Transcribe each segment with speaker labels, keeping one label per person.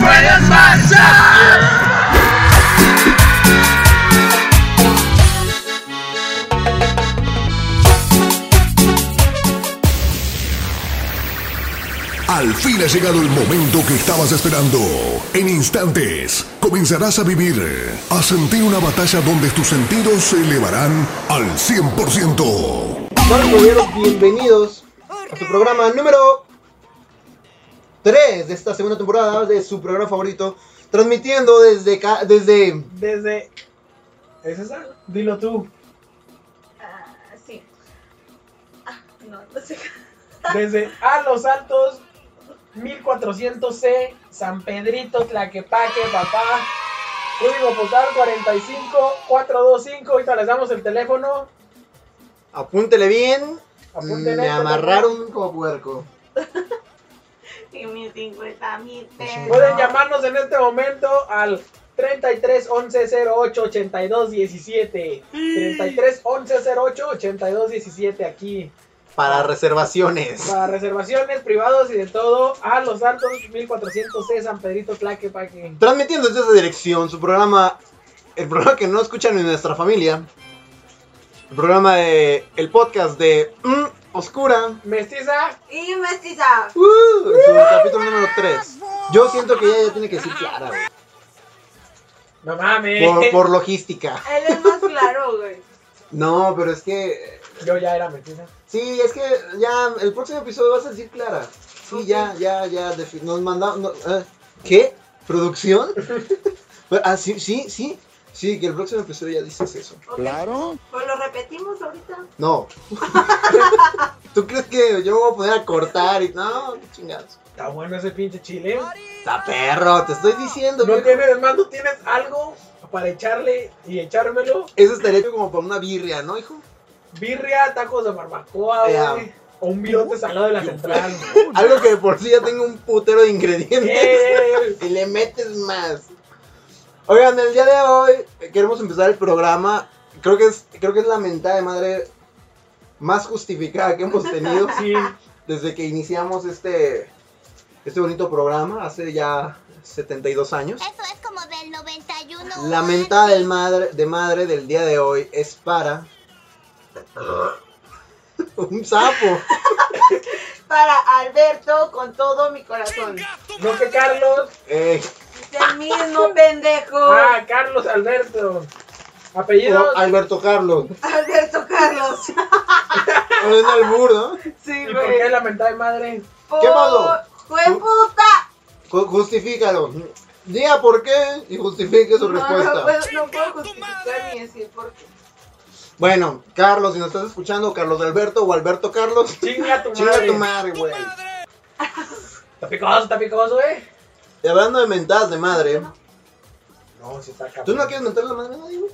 Speaker 1: puedes marchar.
Speaker 2: Al fin ha llegado el momento que estabas esperando. En instantes comenzarás a vivir, a sentir una batalla donde tus sentidos se elevarán al 100%.
Speaker 3: Tuvieron bienvenidos a su programa número 3 de esta segunda temporada de su programa favorito, transmitiendo desde ca- desde
Speaker 4: Desde. ¿Es esa? Dilo tú.
Speaker 5: Ah, sí. Ah, no, no sé.
Speaker 4: Desde A Los Altos, 1400C, San Pedrito, Tlaquepaque, papá. Código postal 45425. Ahorita les damos el teléfono.
Speaker 3: apúntele bien,
Speaker 4: Apúntenle
Speaker 3: me
Speaker 4: el
Speaker 3: amarraron como puerco.
Speaker 5: Y mis 50 mil pesos.
Speaker 4: teléfono. Pues Pueden llamarnos en este momento al 33 11 08 82 17. 33 11 08 82 17 aquí.
Speaker 3: Para reservaciones.
Speaker 4: Para reservaciones, privados y de todo, a Los Altos 1400C, San Pedrito, Tlaquepaque.
Speaker 3: Transmitiendo desde esa dirección su programa, el programa que no escuchan en nuestra familia, el programa de, el podcast de Mm, Oscura,
Speaker 4: Mestiza,
Speaker 5: Y mestiza.
Speaker 3: uh, en su capítulo número 3. Yo siento que ella ya tiene que decir clara, güey,
Speaker 4: no mames.
Speaker 3: por, por logística.
Speaker 5: Él es más claro, güey.
Speaker 3: No, pero es que
Speaker 4: Yo ya era mestiza.
Speaker 3: Sí, es que ya el próximo episodio vas a decir Clara. Sí, ya, ya, ya. defi- Nos mandamos. no, eh, ¿Qué? ¿Producción? ah, sí, sí, sí. Sí, que el próximo episodio ya dices eso.
Speaker 5: Ok, Pues lo repetimos ahorita.
Speaker 3: No. ¿Tú crees que yo me voy a poner a cortar y no? qué chingados.
Speaker 4: Está bueno ese pinche chile.
Speaker 3: Está perro, te estoy diciendo.
Speaker 4: No
Speaker 3: viejo.
Speaker 4: tienes más, no tienes algo para echarle y echármelo.
Speaker 3: Eso estaría hecho como para una birria, ¿no, hijo?
Speaker 4: Birria, tacos de barbacoa, güey.
Speaker 3: Ya.
Speaker 4: O un virote salado de la central. güey.
Speaker 3: Algo que de por sí ya tengo un putero de ingredientes.
Speaker 4: Eh,
Speaker 3: Y le metes más. Oigan, el día de hoy eh, queremos empezar el programa. Creo que es, creo que es la mentada de madre más justificada que hemos tenido
Speaker 4: Sí,
Speaker 3: desde que iniciamos este, este bonito programa hace ya 72 años.
Speaker 6: Eso es como del 91.
Speaker 3: La mentada del madre, de madre del día de hoy es para... Un sapo.
Speaker 5: Para Alberto con todo mi corazón.
Speaker 4: no que Carlos.
Speaker 3: Eh,
Speaker 5: Es el mismo pendejo.
Speaker 4: Ah, Carlos Alberto. Apellido.
Speaker 3: o Alberto Carlos.
Speaker 5: Alberto Carlos.
Speaker 3: Es un albur, ¿no?
Speaker 5: Sí,
Speaker 4: ¿Y por qué
Speaker 5: güey.
Speaker 4: la mentada de madre?
Speaker 3: ¿Qué pasó?
Speaker 5: ¡Fue puta!
Speaker 3: Ju- Justifícalo. Diga por qué y justifique su
Speaker 5: No, no,
Speaker 3: respuesta.
Speaker 5: puedo, no puedo justificar ni decir por qué.
Speaker 3: Bueno, Carlos, si nos estás escuchando, Carlos Alberto o Alberto Carlos,
Speaker 4: Chinga tu
Speaker 3: chinga
Speaker 4: madre.
Speaker 3: tu madre, güey.
Speaker 4: Está picoso, está picoso, eh.
Speaker 3: Y hablando de mentadas de madre,
Speaker 4: No, si está cabrón.
Speaker 3: ¿tú no quieres mentar la madre a nadie, güey?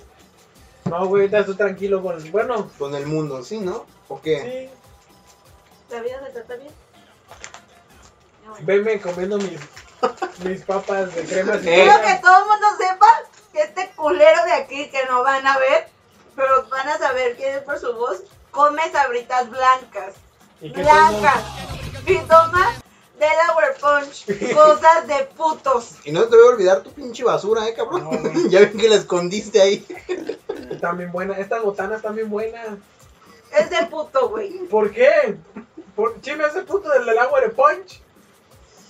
Speaker 4: No, güey, ahorita estoy tranquilo con. Bueno,
Speaker 3: Con el mundo, ¿sí, no? ¿O qué?
Speaker 4: sí.
Speaker 5: ¿La vida se trata bien? No, bueno.
Speaker 4: Venme comiendo mis, mis papas de crema. sin
Speaker 3: Eh.
Speaker 5: Quiero que
Speaker 4: sal.
Speaker 5: todo el mundo sepa que este culero de aquí que no van a ver, pero van a saber quién es por su voz, come sabritas blancas.
Speaker 4: ¿Y qué
Speaker 5: Blancas. Y toma Delaware Punch. Cosas de putos.
Speaker 3: Y no te voy a olvidar tu pinche basura, ¿eh, cabrón?
Speaker 4: No, güey.
Speaker 3: ya ven que la escondiste ahí.
Speaker 4: tomo? Están bien buenas. Estas botanas están bien buenas.
Speaker 5: Es de puto, güey.
Speaker 4: ¿Por qué? ¿Por Chime ese puto del, del agua de punch?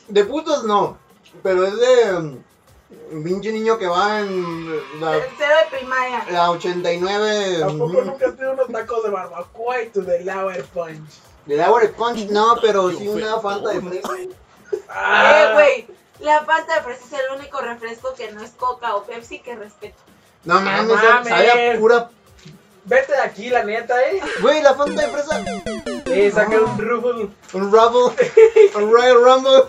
Speaker 3: De putos no, pero es de mm, pinche niño que va en la,
Speaker 5: Tercero de primaria. Eh,
Speaker 3: la 89...
Speaker 4: Tampoco
Speaker 3: mm,
Speaker 4: nunca has tenido unos tacos de barbacoa y tu del agua de punch.
Speaker 3: Le da el punch, no, pero sí una falta de fresa.
Speaker 5: Eh,
Speaker 4: Ah,
Speaker 5: güey. La pasta de fresa es el único refresco que no es coca o Pepsi que respeto.
Speaker 3: No mames,
Speaker 4: No mames.
Speaker 3: sabía pura.
Speaker 4: Vete de aquí, la neta, eh.
Speaker 3: Güey, la falta de fresa.
Speaker 4: Eh, saca un ruffle.
Speaker 3: Un Rumble. Un Royal Rumble.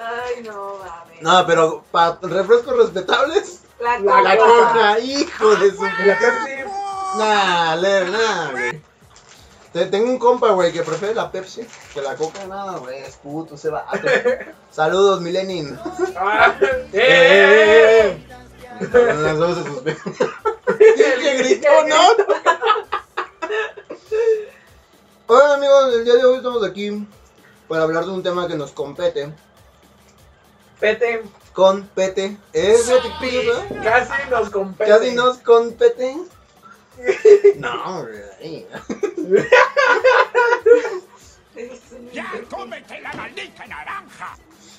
Speaker 5: Ay, no, mames.
Speaker 3: No, pero para refrescos respetables.
Speaker 5: La
Speaker 4: la
Speaker 3: La
Speaker 5: coca.
Speaker 3: coca, hijo de su.
Speaker 4: Y la Pepsi.
Speaker 3: Nah, le, nah, güey. Te- Tengo un compa, güey, que prefiere la Pepsi que la coca. Nada, güey, es puto, se va. Saludos, Milenin.
Speaker 4: Ah, eh,
Speaker 3: Eh,
Speaker 4: eh, eh, eh.
Speaker 3: Nos vemos en sus ¡Qué grito, no! Hola amigos, el día de hoy estamos aquí para hablar de un tema que nos compete.
Speaker 4: Pete,
Speaker 3: Con Pete. Es de Ticpillos, ¿verdad?
Speaker 4: casi nos compete.
Speaker 3: Casi nos con Pete. No, güey.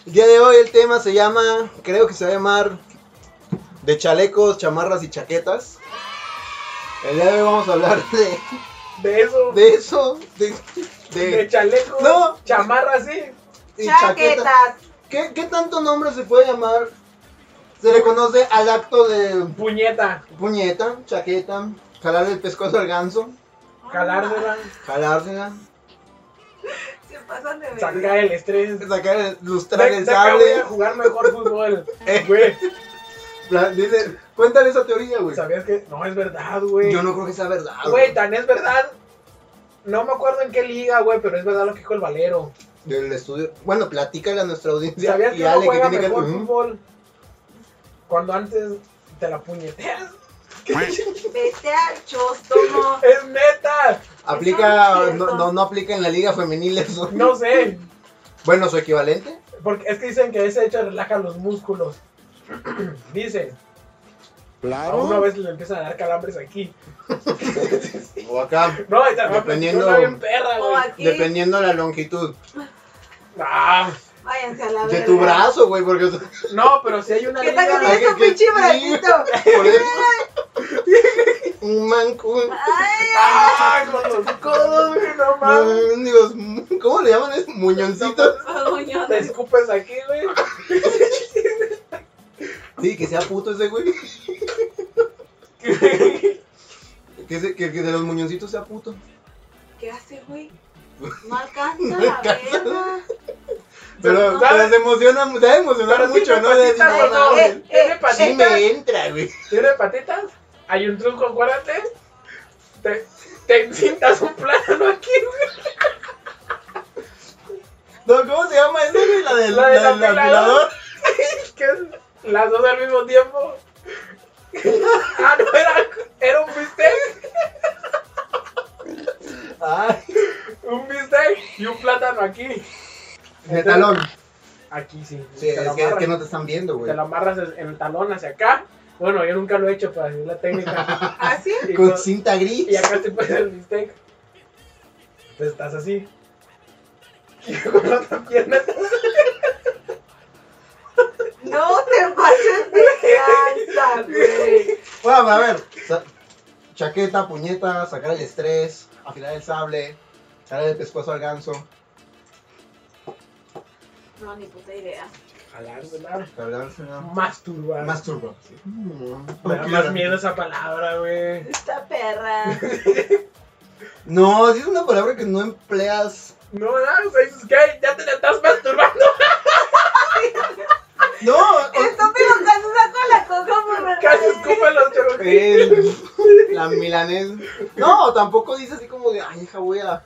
Speaker 3: El día de hoy el tema se llama, creo que se va a llamar de chalecos, chamarras y chaquetas. El día de hoy vamos a hablar de,
Speaker 4: De eso. De,
Speaker 3: de eso, de, de-
Speaker 4: chaleco.
Speaker 3: No.
Speaker 4: Chamarra así.
Speaker 3: y chaqueta.
Speaker 5: Chaquetas.
Speaker 3: ¿Qué, qué tanto nombre se puede llamar? Se le conoce al acto de
Speaker 4: Puñeta.
Speaker 3: puñeta, chaqueta, jalar el pescozo al ganso,
Speaker 4: Calársela.
Speaker 3: jalársela,
Speaker 5: Se pasan de
Speaker 4: Sacar
Speaker 5: verga.
Speaker 4: el estrés.
Speaker 3: sacar el- lustrar
Speaker 4: Ve-
Speaker 3: el
Speaker 4: saca, voy
Speaker 3: sable.
Speaker 4: a jugar mejor fútbol.
Speaker 3: Eh.
Speaker 4: Güey, pues,
Speaker 3: La- Dice, cuéntale esa teoría, güey.
Speaker 4: ¿sabías que? No, es verdad, güey. Ah,
Speaker 3: Yo no creo que sea verdad.
Speaker 4: Güey, tan es verdad. No me acuerdo en qué liga, güey, pero es verdad lo que dijo el Valero.
Speaker 3: del estudio. Bueno, platícale a nuestra audiencia.
Speaker 4: ¿Sabías que
Speaker 3: Ale,
Speaker 4: uno juega
Speaker 3: tiene
Speaker 4: mejor
Speaker 3: Ujú.
Speaker 4: fútbol cuando antes te la puñeteas?
Speaker 5: Vete al chóstomo.
Speaker 4: ¡Es neta!
Speaker 5: Eso no
Speaker 4: Ah,
Speaker 3: Aplica,
Speaker 5: es
Speaker 3: no,
Speaker 5: cierto.
Speaker 3: no, no aplica en la liga femenil eso.
Speaker 4: No sé,
Speaker 3: Bueno, su equivalente.
Speaker 4: porque es que dicen que ese hecho relaja los músculos. Dicen, a uno a veces le empiezan a dar calambres aquí.
Speaker 3: O acá,
Speaker 4: No, esa
Speaker 3: Dependiendo-
Speaker 4: una bien perra,
Speaker 5: O
Speaker 4: güey.
Speaker 5: aquí.
Speaker 3: dependiendo de la longitud
Speaker 4: Ah,
Speaker 5: Váyanse a la verga.
Speaker 3: de tu brazo, güey, porque
Speaker 4: no, pero si hay una
Speaker 5: ¿Qué tal que
Speaker 4: liga...
Speaker 5: tienes tu
Speaker 3: ¿Qué- qué-
Speaker 5: pinche bracito?
Speaker 3: por eso- un manco. un-
Speaker 5: Ay,
Speaker 4: ¡Ah! Con los codos, güey, no mames.
Speaker 3: un- Dios, ¿Cómo le llaman? ¿Es muñoncito?
Speaker 5: muñoz.
Speaker 4: Te escupes aquí, güey.
Speaker 3: Sí, que sea puto ese güey. Que, ese- que, que de los muñoncitos sea puto.
Speaker 5: ¿Qué hace, güey? No alcanza la verga.
Speaker 3: Pero,
Speaker 4: ¿Sabes?
Speaker 3: pero se emociona, se ha emocionado
Speaker 4: Pero tiene
Speaker 3: mucho, ¿no? De-
Speaker 4: patitas,
Speaker 3: no,
Speaker 4: ¿o no?
Speaker 3: mames.
Speaker 4: Tiene
Speaker 3: Sí
Speaker 4: patitas.
Speaker 3: me entra, güey.
Speaker 4: Tiene patitas. Hay un truco, acuérdate. Te, te encintas un plátano aquí,
Speaker 3: No, ¿cómo se llama esa? güey? La del,
Speaker 4: La del
Speaker 3: la del
Speaker 4: apelador.
Speaker 3: afilador.
Speaker 4: que es las dos al mismo tiempo. ah, no, era, era un bistec.
Speaker 3: Ay,
Speaker 4: Un bistec y un plátano aquí.
Speaker 3: de talón.
Speaker 4: Aquí sí.
Speaker 3: Sí,
Speaker 4: te
Speaker 3: es
Speaker 4: lo
Speaker 3: que, es
Speaker 4: amarras,
Speaker 3: que no te están viendo, güey.
Speaker 4: te lo amarras en el talón hacia acá. Bueno, yo nunca lo he hecho para decir la técnica.
Speaker 3: ¿Ah,
Speaker 5: ¿Así?
Speaker 4: Y no-
Speaker 3: Con cinta gris.
Speaker 4: Y acá te pones el bistec. Entonces estás así. Y con la otra pierna estás
Speaker 5: No te pases de lanza, güey.
Speaker 3: Bueno, a ver. sa- Chaqueta, puñeta, sacar el estrés, afilar el sable, sacar el pescuezo al ganso,
Speaker 5: No, ni puta idea.
Speaker 4: jalársela.
Speaker 3: jalársela.
Speaker 4: Masturbar.
Speaker 3: Más turbo. sí.
Speaker 4: Me da más miedo esa palabra, güey.
Speaker 5: Esta perra.
Speaker 3: No, sí es una palabra que no empleas.
Speaker 4: No, no, o sea, dices, ¿qué? Ya te la estás masturbando.
Speaker 3: No, o-
Speaker 5: Estúpido, casi saco la Eh, coca por la
Speaker 4: Casi escupen los
Speaker 3: Eh,
Speaker 4: chorros.
Speaker 3: el- la milanesa. No, tampoco dice así como de, ay, hija, voy a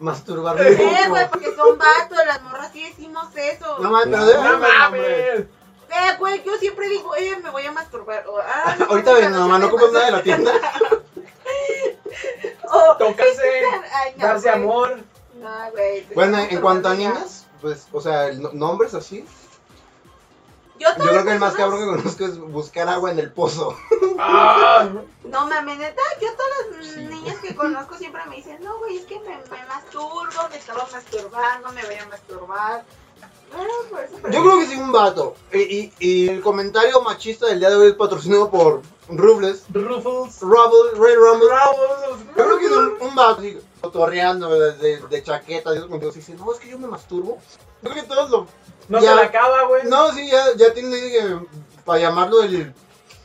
Speaker 3: masturbarme. un
Speaker 5: Eh, güey,
Speaker 3: poco".
Speaker 5: porque son vatos, las morras sí decimos eso.
Speaker 3: eh, No mames, pero debe
Speaker 4: No
Speaker 3: haber más nombres.
Speaker 4: mames.
Speaker 5: Eh, güey, yo siempre digo, eh, me voy a masturbar. O, ah, no,
Speaker 3: Ahorita
Speaker 5: no,
Speaker 3: ven, mamá, no compras nada de la tienda.
Speaker 5: O,
Speaker 4: Tocarse,
Speaker 5: Ay, no,
Speaker 4: darse
Speaker 5: güey.
Speaker 4: amor.
Speaker 5: No, güey.
Speaker 3: Bueno, en cuanto a
Speaker 5: Ya.
Speaker 3: niñas, pues, o sea, el no- nombres así.
Speaker 5: Yo,
Speaker 3: Yo creo que el más cabrón que conozco es buscar agua en el pozo.
Speaker 4: Ah,
Speaker 5: No mames, neta, yo todas las
Speaker 3: Sí.
Speaker 5: niñas que conozco siempre me dicen, no, güey, es que me, me masturbo, me estaba masturbando, me voy a masturbar. Bueno, pues,
Speaker 3: Yo creo que sí, un vato. Y, y- y el comentario machista del día de hoy es patrocinado por Rubles,
Speaker 4: Ruffles.
Speaker 3: Rubble, Ray Rumble.
Speaker 4: Bravos.
Speaker 3: Yo creo que es un, un vato así, cotorreando de, de- de chaqueta, y eso, cuando dice, no, es que yo me masturbo. Yo creo que todos lo.
Speaker 4: No
Speaker 3: Ya.
Speaker 4: se la acaba, güey.
Speaker 3: No, sí, ya, ya tiene eh, para llamarlo el, el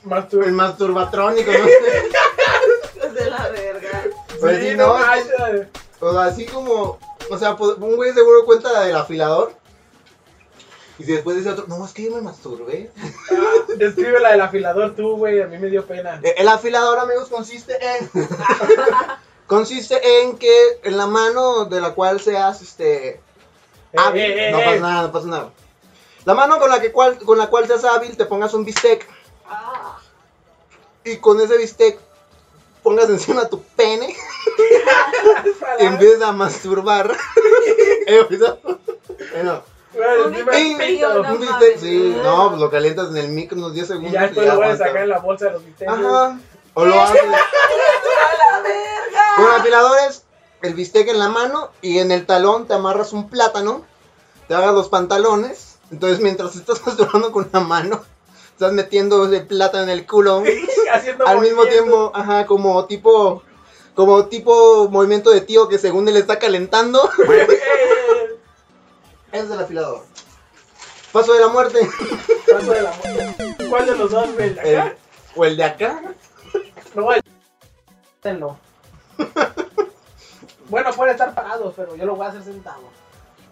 Speaker 4: Masturbar.
Speaker 3: masturbatrónico, ¿no?
Speaker 5: Hijos de la verga.
Speaker 3: Pues
Speaker 4: sí,
Speaker 3: sí,
Speaker 4: no
Speaker 3: no.
Speaker 4: manches.
Speaker 3: O sea, así como. O sea, pues, un güey seguro cuenta la del afilador. Y si después dice otro, no, es que yo me masturbé.
Speaker 4: Describe la del afilador tú, güey. A mí me dio pena.
Speaker 3: Eh, El afilador, amigos, consiste en. consiste en que en la mano de la cual seas este. hábil.
Speaker 4: Eh, eh,
Speaker 3: no
Speaker 4: eh,
Speaker 3: pasa
Speaker 4: eh.
Speaker 3: nada, no pasa nada. La mano con la que cual, con la cual seas hábil, te pongas un bistec.
Speaker 5: Ah,
Speaker 3: Y con ese bistec pongas encima tu pene
Speaker 4: Para-
Speaker 3: y empieces a masturbar. pues, Eh, o sea, bueno,
Speaker 4: Bueno, el
Speaker 5: Un
Speaker 4: primer
Speaker 5: bistec frío,
Speaker 4: pito.
Speaker 5: no
Speaker 3: un bistec,
Speaker 5: mames.
Speaker 3: sí, no, pues lo calientas en el micro unos 10
Speaker 4: Y
Speaker 3: segundos.
Speaker 4: ya después
Speaker 3: ya
Speaker 4: lo voy a
Speaker 3: aguanta.
Speaker 4: sacar en la bolsa de los misterios.
Speaker 3: Ajá. O lo haces.
Speaker 5: ¡A la verga!
Speaker 3: Bueno, apiladores, el bistec en la mano y en el talón te amarras un plátano, te hagas los pantalones. Entonces, mientras estás costurando con la mano, estás metiendo el plátano en el culo.
Speaker 4: Haciendo
Speaker 3: al mismo
Speaker 4: movimientos.
Speaker 3: tiempo, ajá, como tipo. Como tipo movimiento de tío que según él está calentando.
Speaker 4: Eh,
Speaker 3: Es del afilador. Paso de la muerte.
Speaker 4: eh. Paso de la muerte. ¿Cuál de los dos, güey?
Speaker 3: El-
Speaker 4: ¿Acá?
Speaker 3: o el de acá.
Speaker 4: No, el... el no. Bueno, pueden estar parados, pero yo lo voy a hacer sentado.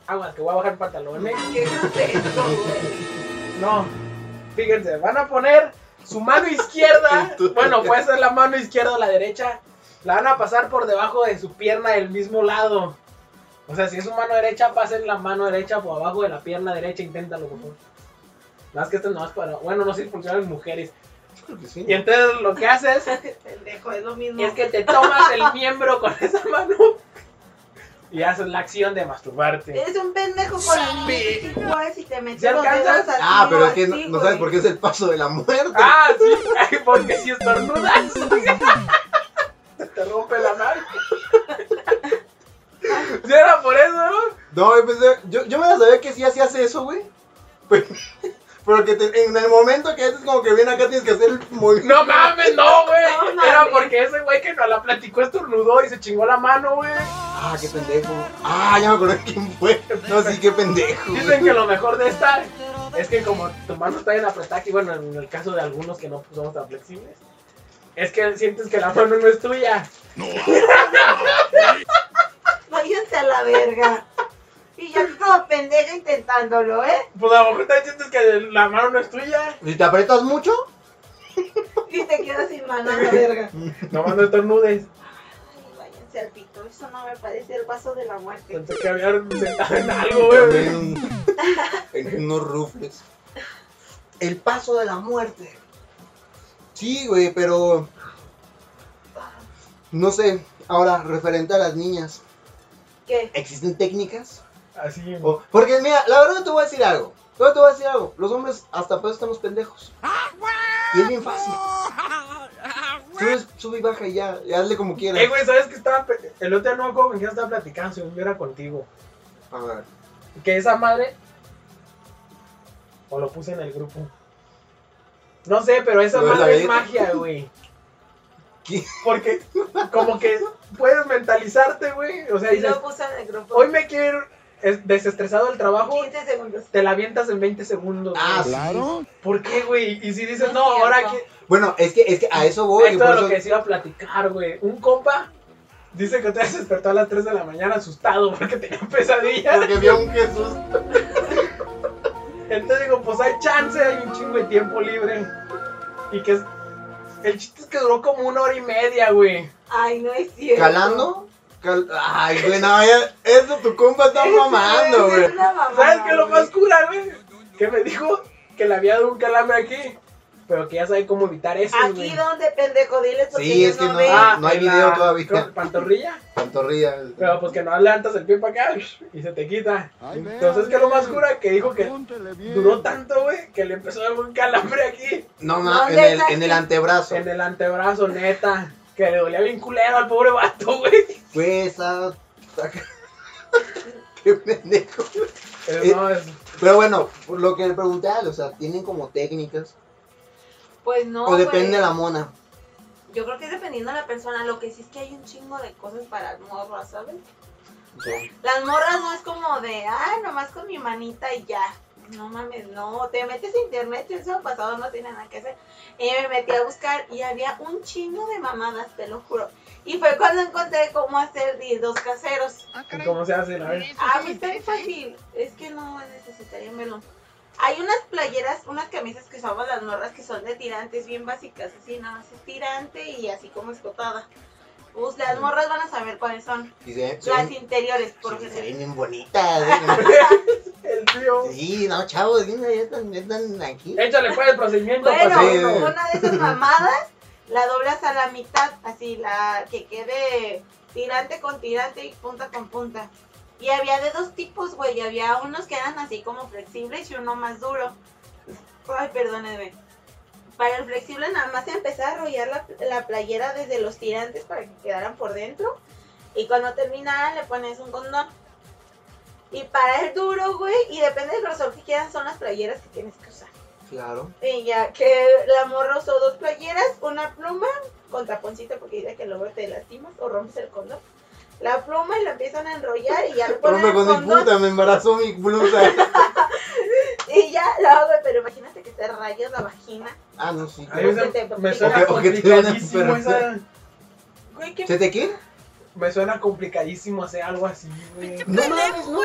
Speaker 4: Aguas, que voy a bajar ¿eh? pantalones.
Speaker 5: ¿Qué grotesco, güey.
Speaker 4: No, fíjense, van a poner su mano izquierda, bueno, puede ser la mano izquierda o la derecha, la van a pasar por debajo de su pierna del mismo lado. O sea, si es su mano derecha, pasen la mano derecha por abajo de la pierna derecha, inténtalo, por favor. Nada más que esto no es para, bueno, no sé si funciona en mujeres. Y entonces lo que haces
Speaker 5: Pendejo, es lo mismo.
Speaker 4: es que te tomas el miembro con esa mano y haces la acción de masturbarte.
Speaker 5: Eres un pendejo con el güey, si te metes
Speaker 4: ¿Ya
Speaker 5: los dedos
Speaker 4: alcanzas?
Speaker 5: así,
Speaker 3: Ah, pero es
Speaker 5: así,
Speaker 3: que no, no sabes por qué es el paso de la muerte.
Speaker 4: Ah, sí, porque si estornudas, te rompe la nariz. Si era por eso, ¿no?
Speaker 3: No, yo pensé, yo, yo me la sabía que sí así hace eso, güey. Pero, pero que te- en el momento que haces como que viene acá tienes que hacer el movimiento.
Speaker 4: No mames, no, güey.
Speaker 5: No mames.
Speaker 4: Era porque ese güey que nos la platicó estornudó y se chingó la mano, güey.
Speaker 3: Ah, qué pendejo. Ah, ya me acordé quién fue. No, sí, qué pendejo. güey.
Speaker 4: Dicen que lo mejor de esta es que como tu mano está bien apretada, y bueno, en el caso de algunos que no pues, somos tan flexibles, es que sientes que la mano no es tuya.
Speaker 5: Váyanse a la verga. Y yo aquí como pendeja intentándolo, ¿eh?
Speaker 4: Pues a lo mejor también sientes que la mano no es tuya.
Speaker 3: Si te aprietas mucho,
Speaker 5: Y te quedas sin mano a la verga.
Speaker 4: Nomás no estornudes.
Speaker 5: Ay, Váyanse al pito, eso no me parece el vaso de la muerte.
Speaker 4: Pensé que habían sentado en algo, güey.
Speaker 3: también en unos rufles. El paso de la muerte. Sí, güey, pero. No sé. Ahora, referente a las niñas,
Speaker 5: ¿Qué?
Speaker 3: ¿existen técnicas?
Speaker 4: Así.
Speaker 3: O- Porque mira, la verdad te voy a decir algo. Yo te voy a decir algo. Los hombres hasta pues estamos pendejos. Y es bien fácil. Subes, sube y baja y ya, y hazle como quieras.
Speaker 4: Eh, güey, ¿sabes que estaba? pe- El otro día no me acuerdo con quién estaba platicando, según yo era contigo.
Speaker 3: A ver.
Speaker 4: Que esa madre. O lo puse en el grupo. No sé, pero esa
Speaker 3: ¿Lo de la
Speaker 4: madre es
Speaker 3: galleta?
Speaker 4: magia, güey.
Speaker 3: ¿Qué?
Speaker 4: Porque, como que puedes mentalizarte, güey. O sea,
Speaker 5: Y
Speaker 4: dices,
Speaker 5: lo puse en el grupo.
Speaker 4: hoy me quiero ir es- desestresado del trabajo.
Speaker 5: 15 segundos.
Speaker 4: Te la avientas en 20 segundos.
Speaker 3: Ah,
Speaker 4: güey.
Speaker 3: claro.
Speaker 4: ¿Por qué, güey? Y si dices,
Speaker 5: No
Speaker 4: no,
Speaker 5: es
Speaker 4: ahora
Speaker 5: cierto.
Speaker 4: que.
Speaker 3: Bueno, es que, es que a eso voy. y
Speaker 4: Esto
Speaker 3: por
Speaker 4: es lo
Speaker 3: eso-
Speaker 4: que se iba a platicar, güey. Un compa dice que otra vez se despertó a las 3 de la mañana asustado porque tenía pesadillas.
Speaker 3: Porque vio un Jesús.
Speaker 4: Entonces digo, pues hay chance, hay un chingo de tiempo libre. Y que es... El chiste es que duró como una hora y media, güey.
Speaker 5: Ay, no es cierto.
Speaker 3: ¿Calando? Cal- Ay, güey, no, ya- eso tu compa está
Speaker 5: Eso
Speaker 3: mamando,
Speaker 5: es
Speaker 3: güey.
Speaker 5: una mamada,
Speaker 4: ¿Sabes qué es lo
Speaker 5: güey.
Speaker 4: más cura, güey? Que me dijo que le había dado un calambre aquí. Pero que ya sabe cómo evitar eso, güey.
Speaker 5: Aquí donde pendejo, diles porque
Speaker 3: Sí,
Speaker 5: ellos
Speaker 3: es que
Speaker 5: no,
Speaker 3: no-
Speaker 5: ven.
Speaker 3: Ah, no hay
Speaker 4: en
Speaker 3: video todavía.
Speaker 4: creo que Pantorrilla.
Speaker 3: Pantorrilla.
Speaker 4: Pero pues que no levantas el pie para acá y se te quita. Entonces, que lo más cura que dijo que duró tanto, güey, que le empezó a dar un calambre aquí
Speaker 3: No, no, en
Speaker 5: ¿Dónde
Speaker 3: el,
Speaker 5: está
Speaker 3: en el
Speaker 5: aquí?
Speaker 3: antebrazo.
Speaker 4: en el antebrazo, neta. Que le dolía bien culero al pobre vato, güey.
Speaker 3: Güey, esa. Qué pendejo.
Speaker 4: Pero
Speaker 3: Eh,
Speaker 4: no, es.
Speaker 3: Pero bueno, por lo que le pregunté a él, o sea, ¿tienen como técnicas?
Speaker 5: Pues no.
Speaker 3: o depende
Speaker 5: güey.
Speaker 3: de la mona.
Speaker 5: Yo creo que es dependiendo de la persona. Lo que sí es que hay un chingo de cosas para morras, ¿sabes? Las morras no es como de, ah, nomás con mi manita y ya. No mames, no. Te metes a internet, yo el sábado pasado no tenía nada que hacer. Y me metí a buscar y había un chingo de mamadas, te lo juro. Y fue cuando encontré cómo hacer dildos caseros.
Speaker 3: ah,
Speaker 4: ¿Y ¿Cómo se hace? A ver.
Speaker 5: Ah, pues está bien fácil. Es que no necesitaría un melón. Hay unas playeras, unas camisas que usamos las morras que son de tirantes bien básicas, así nada más es tirante y así como escotada. Pues las morras van a saber cuáles son.
Speaker 3: Y se, se
Speaker 5: Las
Speaker 3: ven,
Speaker 5: interiores,
Speaker 3: "Eh, sí,
Speaker 5: porque
Speaker 3: se ven
Speaker 5: se-
Speaker 3: bien bonitas. ¿eh?
Speaker 4: El tío.
Speaker 3: sí, no, chavos, mira, ya están, ya están aquí.
Speaker 4: Échale pues el procedimiento
Speaker 5: Bueno,
Speaker 4: para
Speaker 3: Sí,
Speaker 4: hacerlo.
Speaker 3: sí.
Speaker 5: una de esas mamadas la doblas a la mitad, así la que quede tirante con tirante y punta con punta. Y había de dos tipos, güey. y Había unos que eran así como flexibles y uno más duro. Ay, perdónenme. Para el flexible nada más se empezaba a arrollar la, la playera desde los tirantes para que quedaran por dentro. Y cuando terminaran le pones un condón. Y para el duro, güey, y depende del grosor que quieras, son las playeras que tienes que usar.
Speaker 3: Claro.
Speaker 5: Y ya que la morra usó dos playeras, una pluma con taponcito porque dice que luego te lastimas o rompes el condón. La pluma y la empiezan a enrollar y ya le ponen
Speaker 3: Rompe con
Speaker 5: el
Speaker 3: mi
Speaker 5: condón.
Speaker 3: puta, me embarazó mi blusa.
Speaker 5: Y ya la hago, pero imagínate que te rayas la vagina.
Speaker 3: ah, no, sí.
Speaker 4: Ahí
Speaker 3: claro.
Speaker 5: se
Speaker 4: se-
Speaker 5: te-
Speaker 4: me suena
Speaker 3: o que te van a
Speaker 4: complicadísimo
Speaker 3: embarazar.
Speaker 4: esa-
Speaker 5: Güey, qué
Speaker 3: ¿Se te qué?
Speaker 4: Me suena complicadísimo hacer algo así, güey.
Speaker 3: No mames, no.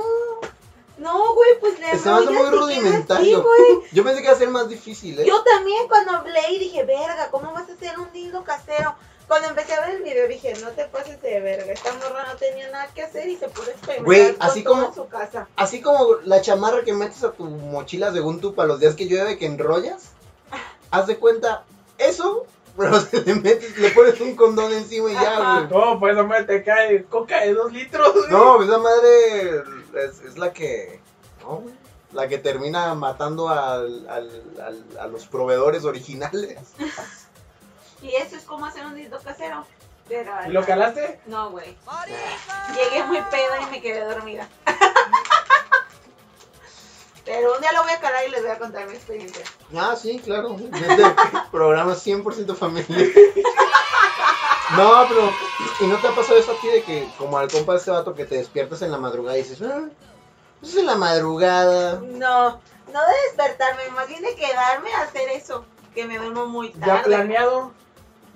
Speaker 5: No, güey, pues le
Speaker 3: Se me hace muy
Speaker 5: enrollas y queda
Speaker 3: rudimentario.
Speaker 5: así, güey.
Speaker 3: Yo pensé que iba a ser más difícil, ¿eh?
Speaker 5: Yo también cuando leí dije, verga, ¿cómo vas a hacer un dildo casero? Cuando empecé a ver el video dije, no te pases de verga, esta morra no tenía nada que hacer y se puso a experimentar
Speaker 3: Güey,
Speaker 5: con
Speaker 3: así
Speaker 5: todo
Speaker 3: como-
Speaker 5: en su casa.
Speaker 3: Así como la chamarra que metes a tu mochila según tú para los días que llueve que enrollas, haz de cuenta eso, pero se le metes, le pones un condón encima y
Speaker 5: Ajá.
Speaker 3: ya, güey.
Speaker 4: No, pues hombre, te cae coca de dos litros, güey.
Speaker 3: No, esa madre es, es la que. No, güey. La que termina matando al- al- al- a los proveedores originales.
Speaker 5: Y eso es como hacer un dildo casero. Pero,
Speaker 4: ¿Y lo calaste?
Speaker 5: No, güey. Llegué muy peda y me quedé dormida. Pero un día lo voy a calar y les voy a contar mi experiencia.
Speaker 3: Ah, sí, claro. Este programa es 100% familiar. No, pero. ¿Y no te ha pasado eso a ti de que, como al compa de este vato, que te despiertas en la madrugada y dices, ah, pues es en la madrugada?
Speaker 5: No, no de despertarme, más bien de quedarme a hacer eso. Que me duermo muy
Speaker 4: ¿Ya
Speaker 5: tarde.
Speaker 4: planeado?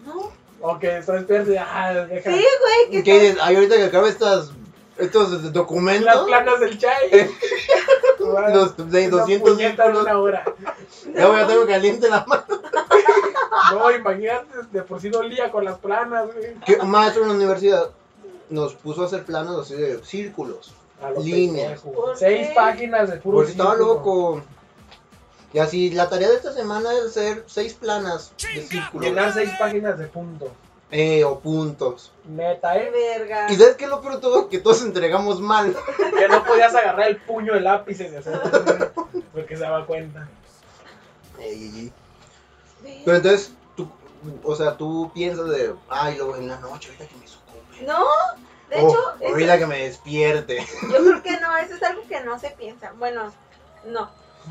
Speaker 5: No,
Speaker 4: ¿O que estás despierto y ah, deja.
Speaker 5: sí, güey, que
Speaker 3: ¿Y ¿Qué dices? Ay, ahorita que acabe estas, estos
Speaker 4: Las
Speaker 3: documentos,
Speaker 4: planas del chai.
Speaker 3: los de
Speaker 4: Una
Speaker 3: 200
Speaker 4: puñeta en
Speaker 3: círculos,
Speaker 4: una hora.
Speaker 3: ya voy a tener caliente la mano.
Speaker 4: No, imagínate, de por sí dolía con las planas, güey.
Speaker 3: Que un maestro en la universidad nos puso a hacer planos así de círculos.
Speaker 4: A lo
Speaker 3: Línea.
Speaker 4: pendejo.
Speaker 5: ¿Por
Speaker 4: Seis
Speaker 5: qué?
Speaker 4: páginas de puro.
Speaker 3: Porque estaba
Speaker 4: círculo.
Speaker 3: loco. Y así, la tarea de esta semana es hacer seis planas de círculos.
Speaker 4: Llenar seis páginas de punto.
Speaker 3: Eh, o puntos.
Speaker 4: Neta,
Speaker 5: Qué
Speaker 4: eh.
Speaker 5: verga.
Speaker 3: ¿Y sabes qué es lo peor de todo? Que todos entregamos mal.
Speaker 4: Que no podías agarrar el puño de lápices y hacer. Porque se daba cuenta.
Speaker 3: Ey,
Speaker 5: Verga.
Speaker 3: Pero entonces, tú, o sea, tú piensas de, ay, luego en la noche, ahorita que me sucumbe.
Speaker 5: No, de
Speaker 3: Oh,
Speaker 5: hecho, eso-
Speaker 3: ahorita que me despierte.
Speaker 5: yo creo que no, eso es algo que no se piensa. Bueno, no.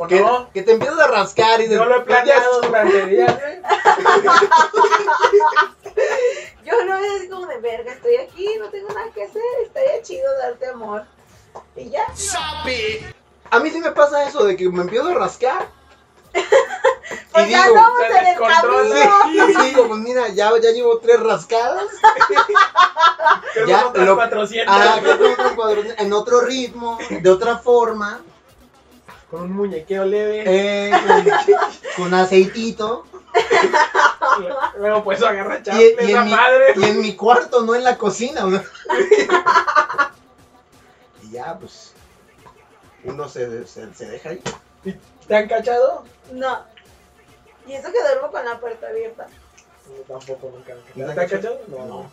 Speaker 3: Que,
Speaker 4: Bueno,
Speaker 3: que te empiezas a rascar y dices,
Speaker 4: yo lo he planeado durante días, eh. güey.
Speaker 5: Yo no es como de verga, estoy aquí, no tengo nada que hacer, estaría chido darte amor. Y ya.
Speaker 3: A mí sí me pasa eso, de que me empiezo a rascar.
Speaker 5: Pues
Speaker 3: y
Speaker 5: ya
Speaker 3: digo,
Speaker 5: estamos
Speaker 4: se
Speaker 5: en el
Speaker 4: descontrola.
Speaker 5: camino.
Speaker 3: sí, sí, digo, pues mira, ya, ya llevo tres rascadas. Ya,
Speaker 4: ya, otras
Speaker 3: lo-
Speaker 4: 400
Speaker 3: Ah, que tengo un cuadrón en otro ritmo, de otra forma,
Speaker 4: con un muñequeo leve.
Speaker 3: eh, con, con aceitito.
Speaker 4: Luego pues agarra
Speaker 3: Y,
Speaker 4: chaple
Speaker 3: y
Speaker 4: esa
Speaker 3: en mi,
Speaker 4: madre.
Speaker 3: y en mi cuarto, no en la cocina. ¿no? y ya, pues. Uno se, se, se deja ahí.
Speaker 4: ¿Te han cachado?
Speaker 5: No. Y eso que duermo con la puerta abierta.
Speaker 4: No, tampoco nunca. me han
Speaker 3: ¿No te
Speaker 4: cachado. ¿Te
Speaker 3: han
Speaker 4: han cachado? No.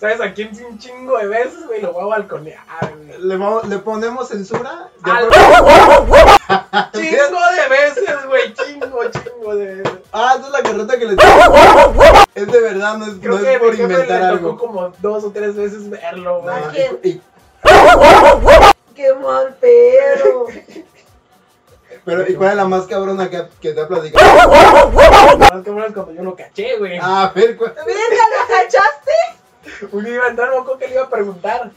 Speaker 4: ¿Sabes a quién sí un chingo de veces, güey? Lo voy a balconear, güey.
Speaker 3: ¿Le, vamos- le ponemos censura? ¿De
Speaker 4: Al-
Speaker 3: acuerdo?
Speaker 4: Chingo de veces, güey. Chingo, chingo de veces.
Speaker 3: Ah, esa es la carreta que le Es de verdad, no es,
Speaker 4: Creo
Speaker 3: no
Speaker 4: que
Speaker 3: es por
Speaker 4: mi jefe
Speaker 3: inventar
Speaker 4: le tocó
Speaker 3: algo.
Speaker 4: como dos o tres veces verlo, güey.
Speaker 3: No,
Speaker 5: ¿A quién?
Speaker 3: y- y-
Speaker 5: ¡Qué mal pedo!
Speaker 3: pero, ¿y cuál es la más cabrona que, que te ha platicado?
Speaker 4: Más que menos cuando yo lo caché, güey.
Speaker 3: A ver, ¿cuál?
Speaker 5: ¡Verga, lo cachaste!
Speaker 4: Un día iba a entrar, no me acuerdo que le iba a preguntar.